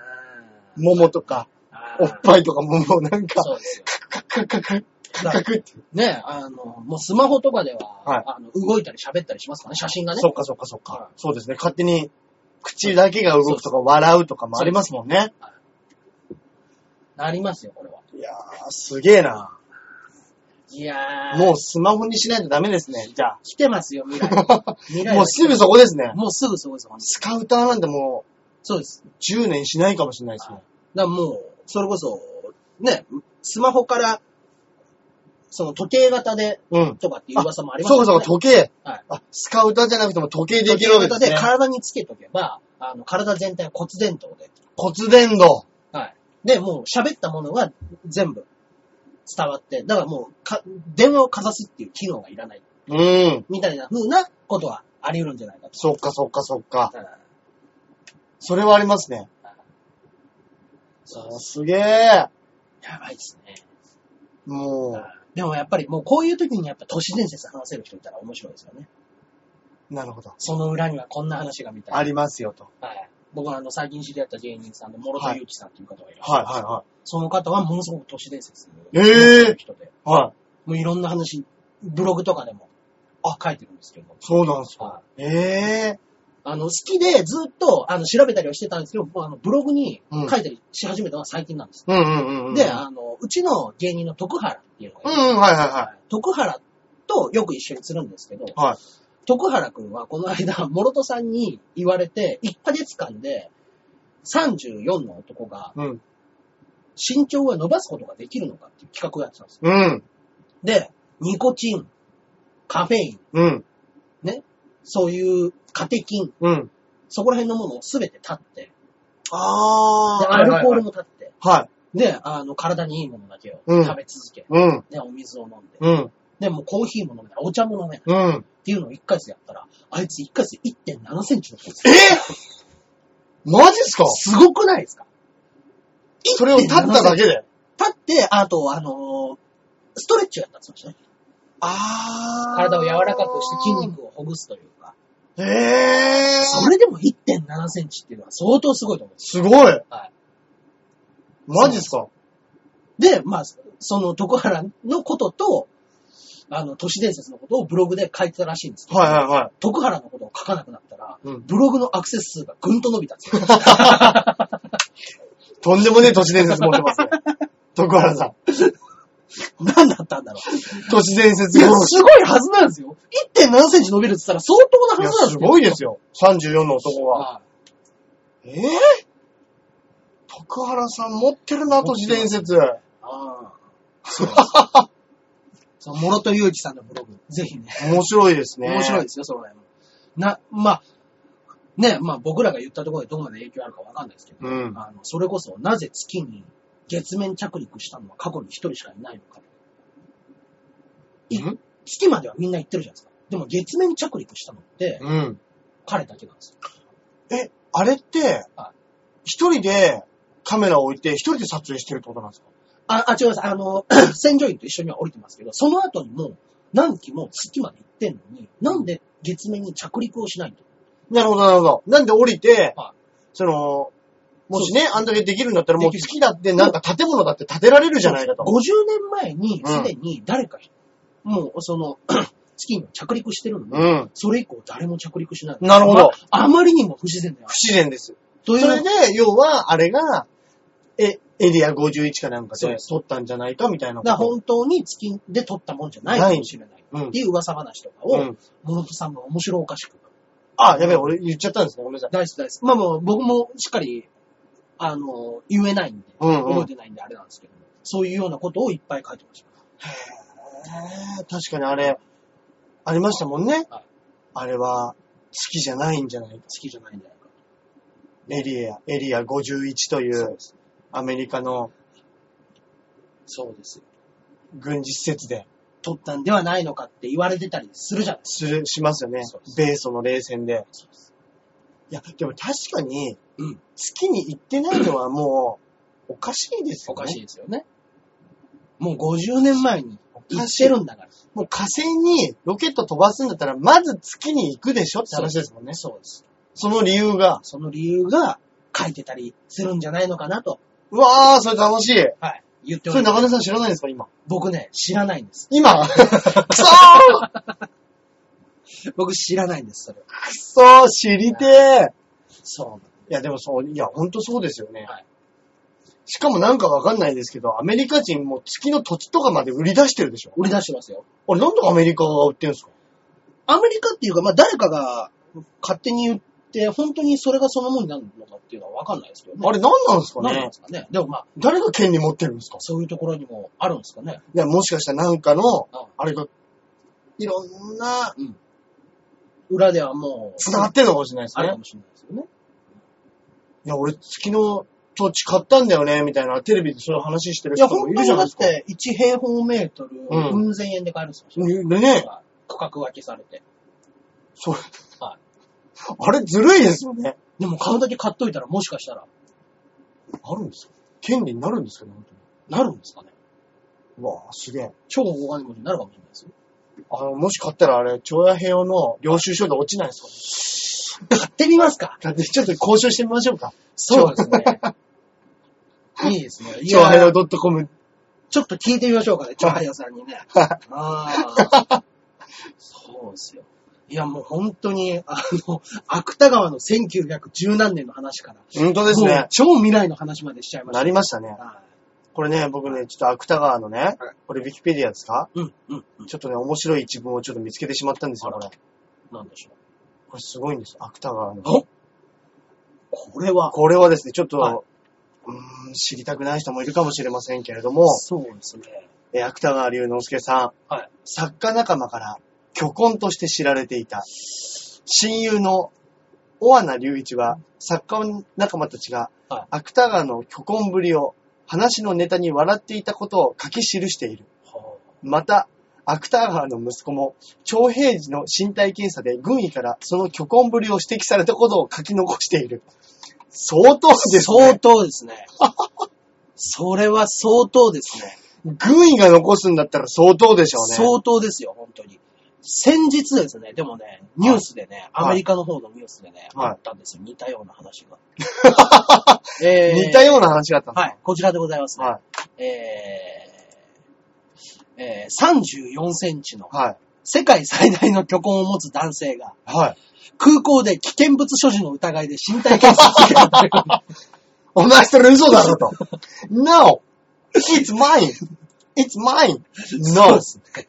A: 桃とか、
B: あー
A: おっぱいとかももうなんか、
B: そうですよ。
A: カクカクカクカクカクって。
B: ね、あの、もうスマホとかでは、
A: はい
B: あの動いたり喋ったりしますからね、写真がね。
A: そっかそっかそっ
B: は
A: か。そうですね。勝手に口だけが動くとか笑うとかもありますもんね。
B: なりますよ、これは。
A: いやー、すげえな。
B: いやー、
A: もうスマホにしないとダメですね。じゃ
B: 来てますよ、未来。
A: あ。
B: 未来
A: もうすぐそこですね。
B: もうすぐそうですよ。
A: スカウターなんても
B: そうです。
A: う10年しないかもしれないです
B: はい
A: ね。
B: だからもう、それこそ、ね、スマホから、その時計型で、
A: うん。
B: とかっていう噂もあります
A: そうかそう
B: ね。
A: か、時計。
B: はい
A: あ、スカウターじゃなくても時計でい
B: 時
A: け
B: 計
A: るわけで
B: 型
A: す
B: で
A: ね。
B: 体につけとけば、あの、体全体は骨伝導で。
A: 骨伝導。
B: はい。で、もう喋ったものが全部伝わって、だからもうか、電話をかざすっていう機能がいらない。
A: うん。
B: みたいな風なことはあり得るんじゃないかと。
A: そっかそっかそっか。
B: うん
A: それはありますね。
B: そう
A: あーすげえ。
B: やばいですね。
A: も
B: でもやっぱりもうこういう時にやっぱ都市伝説話せる人いたら面白いですよね。
A: う、なるほど。
B: その裏にはこんな話がみたいな。
A: ありますよと。
B: はい。僕はあの、最近知り合った芸人さんの諸田祐樹さんという方がいらっしゃ
A: は
B: る
A: い。はいは
B: その方はものすごく都市伝説
A: えー
B: の人で、
A: い。はい。
B: もういろんな話、ブログとかでも、あ、書いてるんですけど。
A: そうなんですか。
B: はい
A: ええ
B: あの、好きでずっと、あの、調べたりはしてたんですけど、もうあの、ブログに
A: うん
B: 書いたりし始めたのは最近なんです。
A: うんうんうんうん。
B: で、あの、うちの芸人の徳原っていうの
A: う
B: がい
A: ん
B: る、
A: うん、はいはいは
B: 徳原とよく一緒にするんですけど、
A: い。はい。
B: 徳原くんはこの間、諸戸さんに言われて、1ヶ月間で34の男が
A: うん。
B: 身長を伸ばすことができるのかっていう企画をやってたんです
A: う
B: よ。
A: ん。
B: で、ニコチン、カフェイン、
A: うん。
B: そういうカテキン、
A: うん。
B: そこら辺のものをすべて立って、
A: あ
B: で、
A: ー。
B: アルコール
A: も。
B: も立って、
A: はい。
B: で、あの、体にいいものだけを
A: うん
B: 食べ続け、
A: うん。
B: で、お水を飲んで、
A: うん。
B: で、もうコーヒーも飲めない、お茶も飲めないっ
A: うん。
B: ていうのを1ヶ月やったら、あいつ1ヶ月で1.7センチだったんです
A: え
B: よ。
A: マジっすか
B: すごくないですか
A: それを立っただけで。
B: 立って、あと、あのーストレッチをやったんですよね。
A: あー。
B: 体を柔らかくして筋。肉をほぐすというか、
A: えー。
B: それでも1.7センチっていうのは相当すごいと思うんです
A: すごい。
B: はい
A: マジっすか
B: よ。で、まあ、その徳原のことと、あの、都市伝説のことをブログで書いてたらしいんですけど、
A: はいはいは
B: 徳原のことを書かなくなったら、
A: い。うん。
B: ブログのアクセス数がぐんと伸びたんですよ。
A: とんでもねえ都市伝説持ってます ね。徳原さん。
B: 何だったんだろう。
A: 都市伝説
B: いや、
A: 殺し
B: すごいはずなんですよ。1.7センチ伸びるって言ったら相当
A: い
B: な
A: や、
B: はずなんですすよ。
A: ごいですよ。34の男は。
B: は
A: えぇ、徳原さん持ってるな、都市伝説。
B: い。ああ。そう。 その、諸戸祐樹さんのブログ、ぜひね。
A: 面白いですね。
B: 面白いですよ、その辺も。な、まあ、ね、まあ僕らが言ったところでどこまで影響あるかわかんないですけど、
A: うん
B: あの、それこそなぜ月に月面着陸したのは過去に一人しかいないのか。い
A: ん
B: 月まではみんな行ってるじゃないですか。でも月面着陸したのって
A: うん。
B: 彼だけなんですよ。
A: え、あれって
B: は、
A: 一人でカメラを置いて、一人で撮影してるってことなんですか
B: あ、あ、違います。あの、 戦場員と一緒には降りてますけど、その後にもう何機も月まで行ってんのに、なんで月面に着陸をしないと。
A: なるほど、なるほど。なんで降りて
B: は、
A: その、もしね、あんだけできるんだったら、もう
B: でき
A: 月だってなんか建物だって建てられるじゃないかと。
B: 50年前に
A: うん
B: すでに誰か、もうその、 月に着陸してるのに、
A: うん。
B: それ以降誰も着陸しない。
A: なるほど
B: まあまりにも不自然だよ
A: 不。自然です。
B: とい
A: それ
B: う、
A: で、要は、あれが、え、エリア51かなんか
B: そう
A: で
B: です
A: 撮ったんじゃないかみたいなこと。
B: だ本当に月で撮ったもんじゃないかもしれない。
A: うん
B: っていう噂話とか
A: う
B: を、
A: ん。
B: モノトさんが面白おかしく。
A: あ、やべえ、俺言っちゃったんですね。ごめんなさい。
B: 大好き大好き。まあもう僕もしっかりあの、言えないんで、
A: うんうん
B: 覚えてないんであれなんですけども、そういうようなことをいっぱい書いてました。
A: えー、確かにあれ、ありましたもんね。
B: はい
A: あれは、好きじゃないんじゃない
B: 好きじゃないんじゃないかと。
A: エリア、エリア51とい
B: そう
A: う
B: です。
A: アメリカの
B: そうですよ。
A: 軍事施設で、
B: 取ったんではないのかって言われてたりするじゃないです
A: する、しますよね
B: そうで。
A: 米ソの冷戦で。
B: か。
A: いや、でも確かに、
B: うん
A: 月に行ってないのはもう、おかしいですよ
B: お
A: ね。
B: かしいですよね。もう50年前に言ってるんだから。
A: もう火星にロケット飛ばすんだったら、まず月に行くでしょって話ですもんね。
B: そうです。
A: その理由が。
B: その理由が書いてたりするんじゃないのかなと、
A: うわー、それ楽しい。
B: はい、言ってお
A: それ
B: ります。
A: 中根さん知らないんですか、今。
B: 僕ね、知らないんです。
A: 今くそー
B: 僕知らないんです、それは。
A: くそー知りてー
B: そう
A: いや、でもそう、いや、ほんとそうですよね。
B: はい
A: しかもなんかわかんないですけど、アメリカ人も月の土地とかまで売り出してるでしょ。
B: 売り出してますよ。
A: あれ、なんでアメリカが売ってるんですか
B: アメリカっていうか、まあ誰かが勝手に言って、本当にそれがそのものになるのかっていうのはわかんないですけどね。
A: あれ、なんなんですか
B: 何なん
A: ね
B: ですかね。でもまあ、
A: 誰が権利持ってるんですか
B: そういうところにもあるんですかね。
A: いや、もしかしたらなんかの
B: あ、
A: あれが、いろんな、
B: 裏ではもう、
A: 繋がってるのかもしれないです
B: あるか
A: ね。
B: もしれないですよね。
A: いや、俺、月の土地買ったんだよね、みたいな、テレビでそういう話してる
B: いや、
A: 人も
B: 本
A: いる
B: 当に
A: じゃな
B: だ
A: い
B: っ
A: ですか。
B: て、1平方メートル、
A: うん
B: うん千円で買えるんですよ。
A: ねね
B: 区画分けされて。
A: それ
B: はい。
A: あれ、ずるいですよね。
B: でも買うだけ買っといたらもしかしたら、
A: あるんですか権利になるんですかね、本当に
B: なるんですかね。
A: うわぁ、すげえ。
B: 超大金持ちになるかもしれないですよ。
A: あの、もし買ったらあれ、長屋平用の領収書で落ちないです
B: 買ってみますか
A: か、ね、ちょっと交渉してみましょうか。
B: そうですね。いいです ね。い
A: 長
B: や
A: 平洋 .com。
B: ちょっと聞いてみましょうかね、チョハヤさんにね。ああ。そうですよ。いや、もう本当に、あの、芥川の1910何年の話から、
A: 本当です
B: もう
A: ね。
B: 超未来の話までしちゃいまし
A: な
B: た。
A: りましたね。
B: は
A: これね、僕ね、ちょっと芥川のね、これウィキペディアですか
B: いうん、うん、うん。
A: ちょっとね、面白い一文をちょっと見つけてしまったんですよ、これ。
B: なんでしょ
A: これすごいんですよ、芥川の。
B: う。おこれは、
A: これはですね、ちょっと、
B: はいう
A: ーん、知りたくない人もいるかもしれませんけれども、
B: そうですね。
A: えー芥川龍之介さん、
B: はい
A: 作家仲間から巨根として知られていた、親友の小穴隆一は、作家仲間たちが
B: はい、
A: 芥川の巨根ぶりを、話のネタに笑っていたことを書き記している。
B: は
A: また、芥川の息子も、徴兵時の身体検査で軍医からその巨根ぶりを指摘されたことを書き残している。相当
B: あ
A: です、
B: 相
A: ね。
B: 当ですね。それは相当ですね。
A: 軍医が残すんだったら相当でしょうね。
B: 相当ですよ、本当に。先日ですね、でもね、ニュースでね、
A: はい
B: アメリカの方のニュースでね、
A: はい
B: あったんですよ、似たような話 が。えー
A: 似たような話があったんです
B: はい、こちらでございますね。
A: は
B: えーえー34センチの
A: はい。
B: 世界最大の巨根を持つ男性が
A: はい。
B: 空港で危険物所持の疑いで身体検査を受けたという
A: お前それ嘘だ ろと。no! It's mine! It's mine!
B: そ う
A: No!
B: ですね。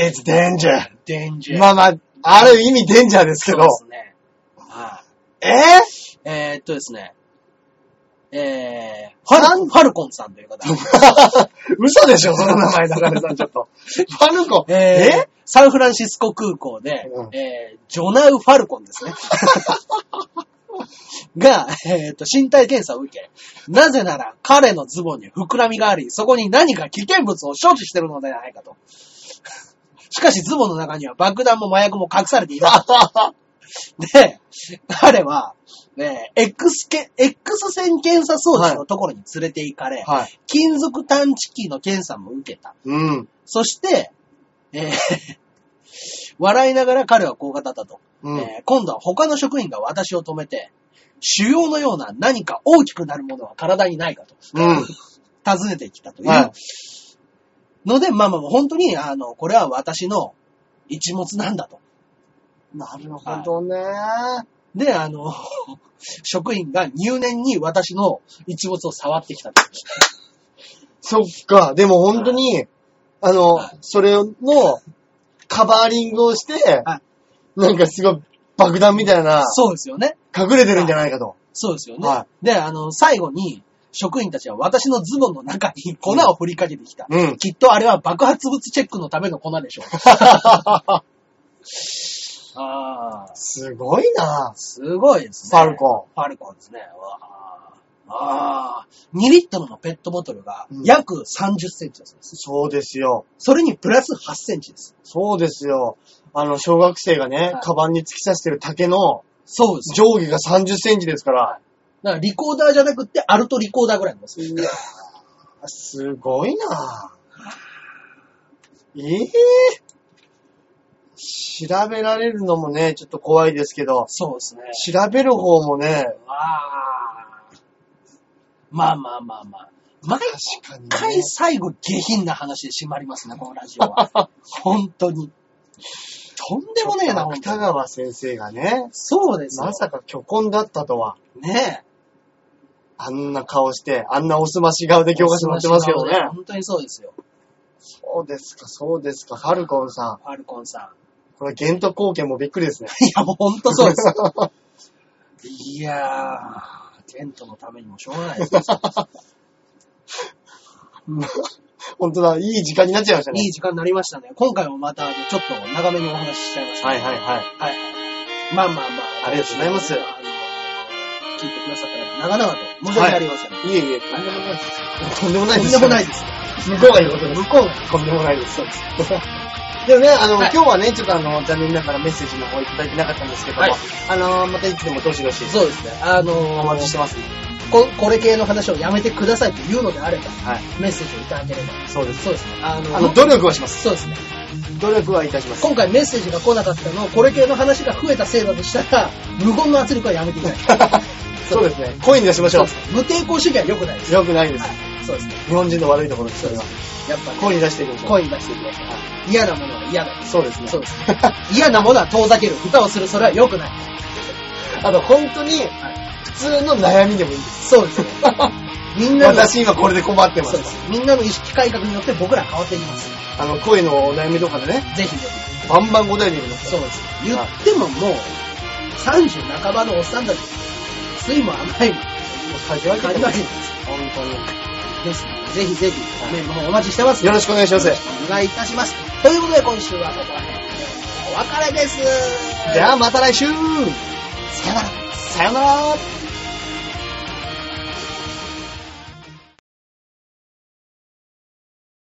A: It's danger!
B: デンジャー。
A: まあまあ、ある意味デンジャーですけ
B: そう
A: ど
B: で。すね。はい。
A: え
B: えー、っとですね。えー、ファルファルコンさんという方。
A: ー、嘘でしょその名前、中根さん、ちょっ と。ファルコン。
B: えー
A: え
B: サンフランシスコ空港で、
A: うん
B: えー、ジョナウ・ファルコンですね。 が、えーっと、身体検査を受け、なぜなら彼のズボンに膨らみがあり、そこに何か危険物を所持してるのではないかと。しかし、ズボンの中には爆弾も麻薬も隠されていた。で、彼は、えー、X け X 線検査装置のところに連れて行かれ、
A: はい。
B: 金属探知機の検査も受けた。
A: うん。
B: そして、えー 笑いながら彼はこう語ったと、
A: うん。
B: えー今度は他の職員が私を止めて、腫瘍のような何か大きくなるものは体にないかと、
A: うん。
B: 尋ねてきたという。
A: はい
B: ので、まあまあ本当に、あの、これは私の一物なんだと。
A: なるほどね。
B: で、あの、 職員が入念に私の一物を触ってきたと。
A: そっか。でも本当に、あの
B: はい、
A: それのカバーリングをして
B: は、
A: なんかすごい爆弾みたいな、
B: そうですよね。
A: 隠れてるんじゃないかと。
B: そうですよね。
A: は
B: で、あの、最後に、職員たちは私のズボンの中に粉を振りかけてきた。
A: うん。
B: きっとあれは爆発物チェックのための粉 でしょう。ああ、
A: すごいな
B: すごいですね。
A: ファルコ
B: ン。ファルコンですね。わあ。ああ、2リットルのペットボトルが
A: うん
B: 約30センチだそうです。
A: そうですよ。
B: それにプラス8センチです。
A: そうですよ。あの、小学生がね
B: は、い
A: カバンに突き刺してる竹の
B: そうです。
A: 上下が30センチですから、
B: だからリコーダーじゃなくってアルトリコーダーぐらいのです。
A: すごいなぁ。ええ調べられるのもね、ちょっと怖いですけど、
B: そうですね。
A: 調べる方もね、
B: あーまあまあまあまあ。毎
A: 確かに、ね。
B: 回最後下品な話で締まりますね、このラジオは。 本当に。とんでもねえな、本当
A: 北
B: に。
A: 川先生がね、
B: そうですよ。
A: まさか巨根だったとは、
B: ねえ。
A: あんな顔して、あんなおすまし顔で教科書載ってますけどね。
B: 本当にそうですよ。
A: そうですか、そうですか、ファルコンさ
B: ファルコンさ
A: ん。これ、ゲント貢献もびっくりですね。
B: ん。いや、もう本当そうです。いやー、テントのためにもしょうがないですよ。
A: 本当だ、いい時間になっちゃいましたね。
B: いい時間になりましたね。今回もまた、ちょっと長めにお話ししちゃいました、
A: はいはいはい。
B: はい。まあまあまあ。
A: ありがとうございます
B: あの聞いてくださったら長々と申し訳ありません。
A: いえいえ、とんでもないです。とんでもない
B: と
A: で
B: ん
A: す。
B: でもないです。
A: 向こうが言うことです。
B: 向こうが。
A: とんでもないです。 そうです。でもね、あの、
B: はい
A: 今日はね、ちょっとあの、残念ながらメッセージの方いただいてなかったんですけども、
B: はい
A: あの、またいつでもどしどし、
B: そうですね。あの
A: お待ちしてますんで。
B: こ、これ系の話をやめてくださいというのであれば、
A: はい。
B: メッセージをいただければ。
A: そうです。
B: そうですね。あの、
A: あの、努力はします。
B: そうですね。
A: 努力はいたします。
B: 今回メッセージが来なかったのを、これ系の話が増えたせいだとしたら、無言の圧力はやめていた だきたい。
A: そうですね。声に出しまし
B: そ
A: ょ
B: うですね。無抵抗主義は良くないです。
A: う。良くないです
B: は。い。そうですね。
A: 日本人の悪いところです、それは。
B: やっぱり、
A: 声に出していきましょう。
B: 声に出していきましょう。嫌なものは嫌だ。
A: そうですね。
B: そうです ね。嫌なものは遠ざける。歌をする。それは良 くない。
A: あと、本当に、普通の悩みでもいいです。
B: そうですね。 みんなの、
A: 私今これで困ってま
B: そ
A: す
B: うで。す。みんなの意識改革によって僕ら変わっていきます。
A: あの、声のお悩みとかでね、
B: ぜひぜ
A: バンバン答えてくだ
B: ひ。
A: さい。
B: そうです。言ってももう、30半ばのおっさんたち。酸いも甘いも。
A: もう先分け
B: 感
A: て
B: じ
A: ま
B: ますせん
A: 本当に。
B: ですのでぜひぜひ、メールの方お待ちしてます。
A: よろしくお願いします
B: よろくお願いいたします。ということで、今週はここら辺でお別れです。
A: じゃあまた来週
B: さよなら。
A: さよなら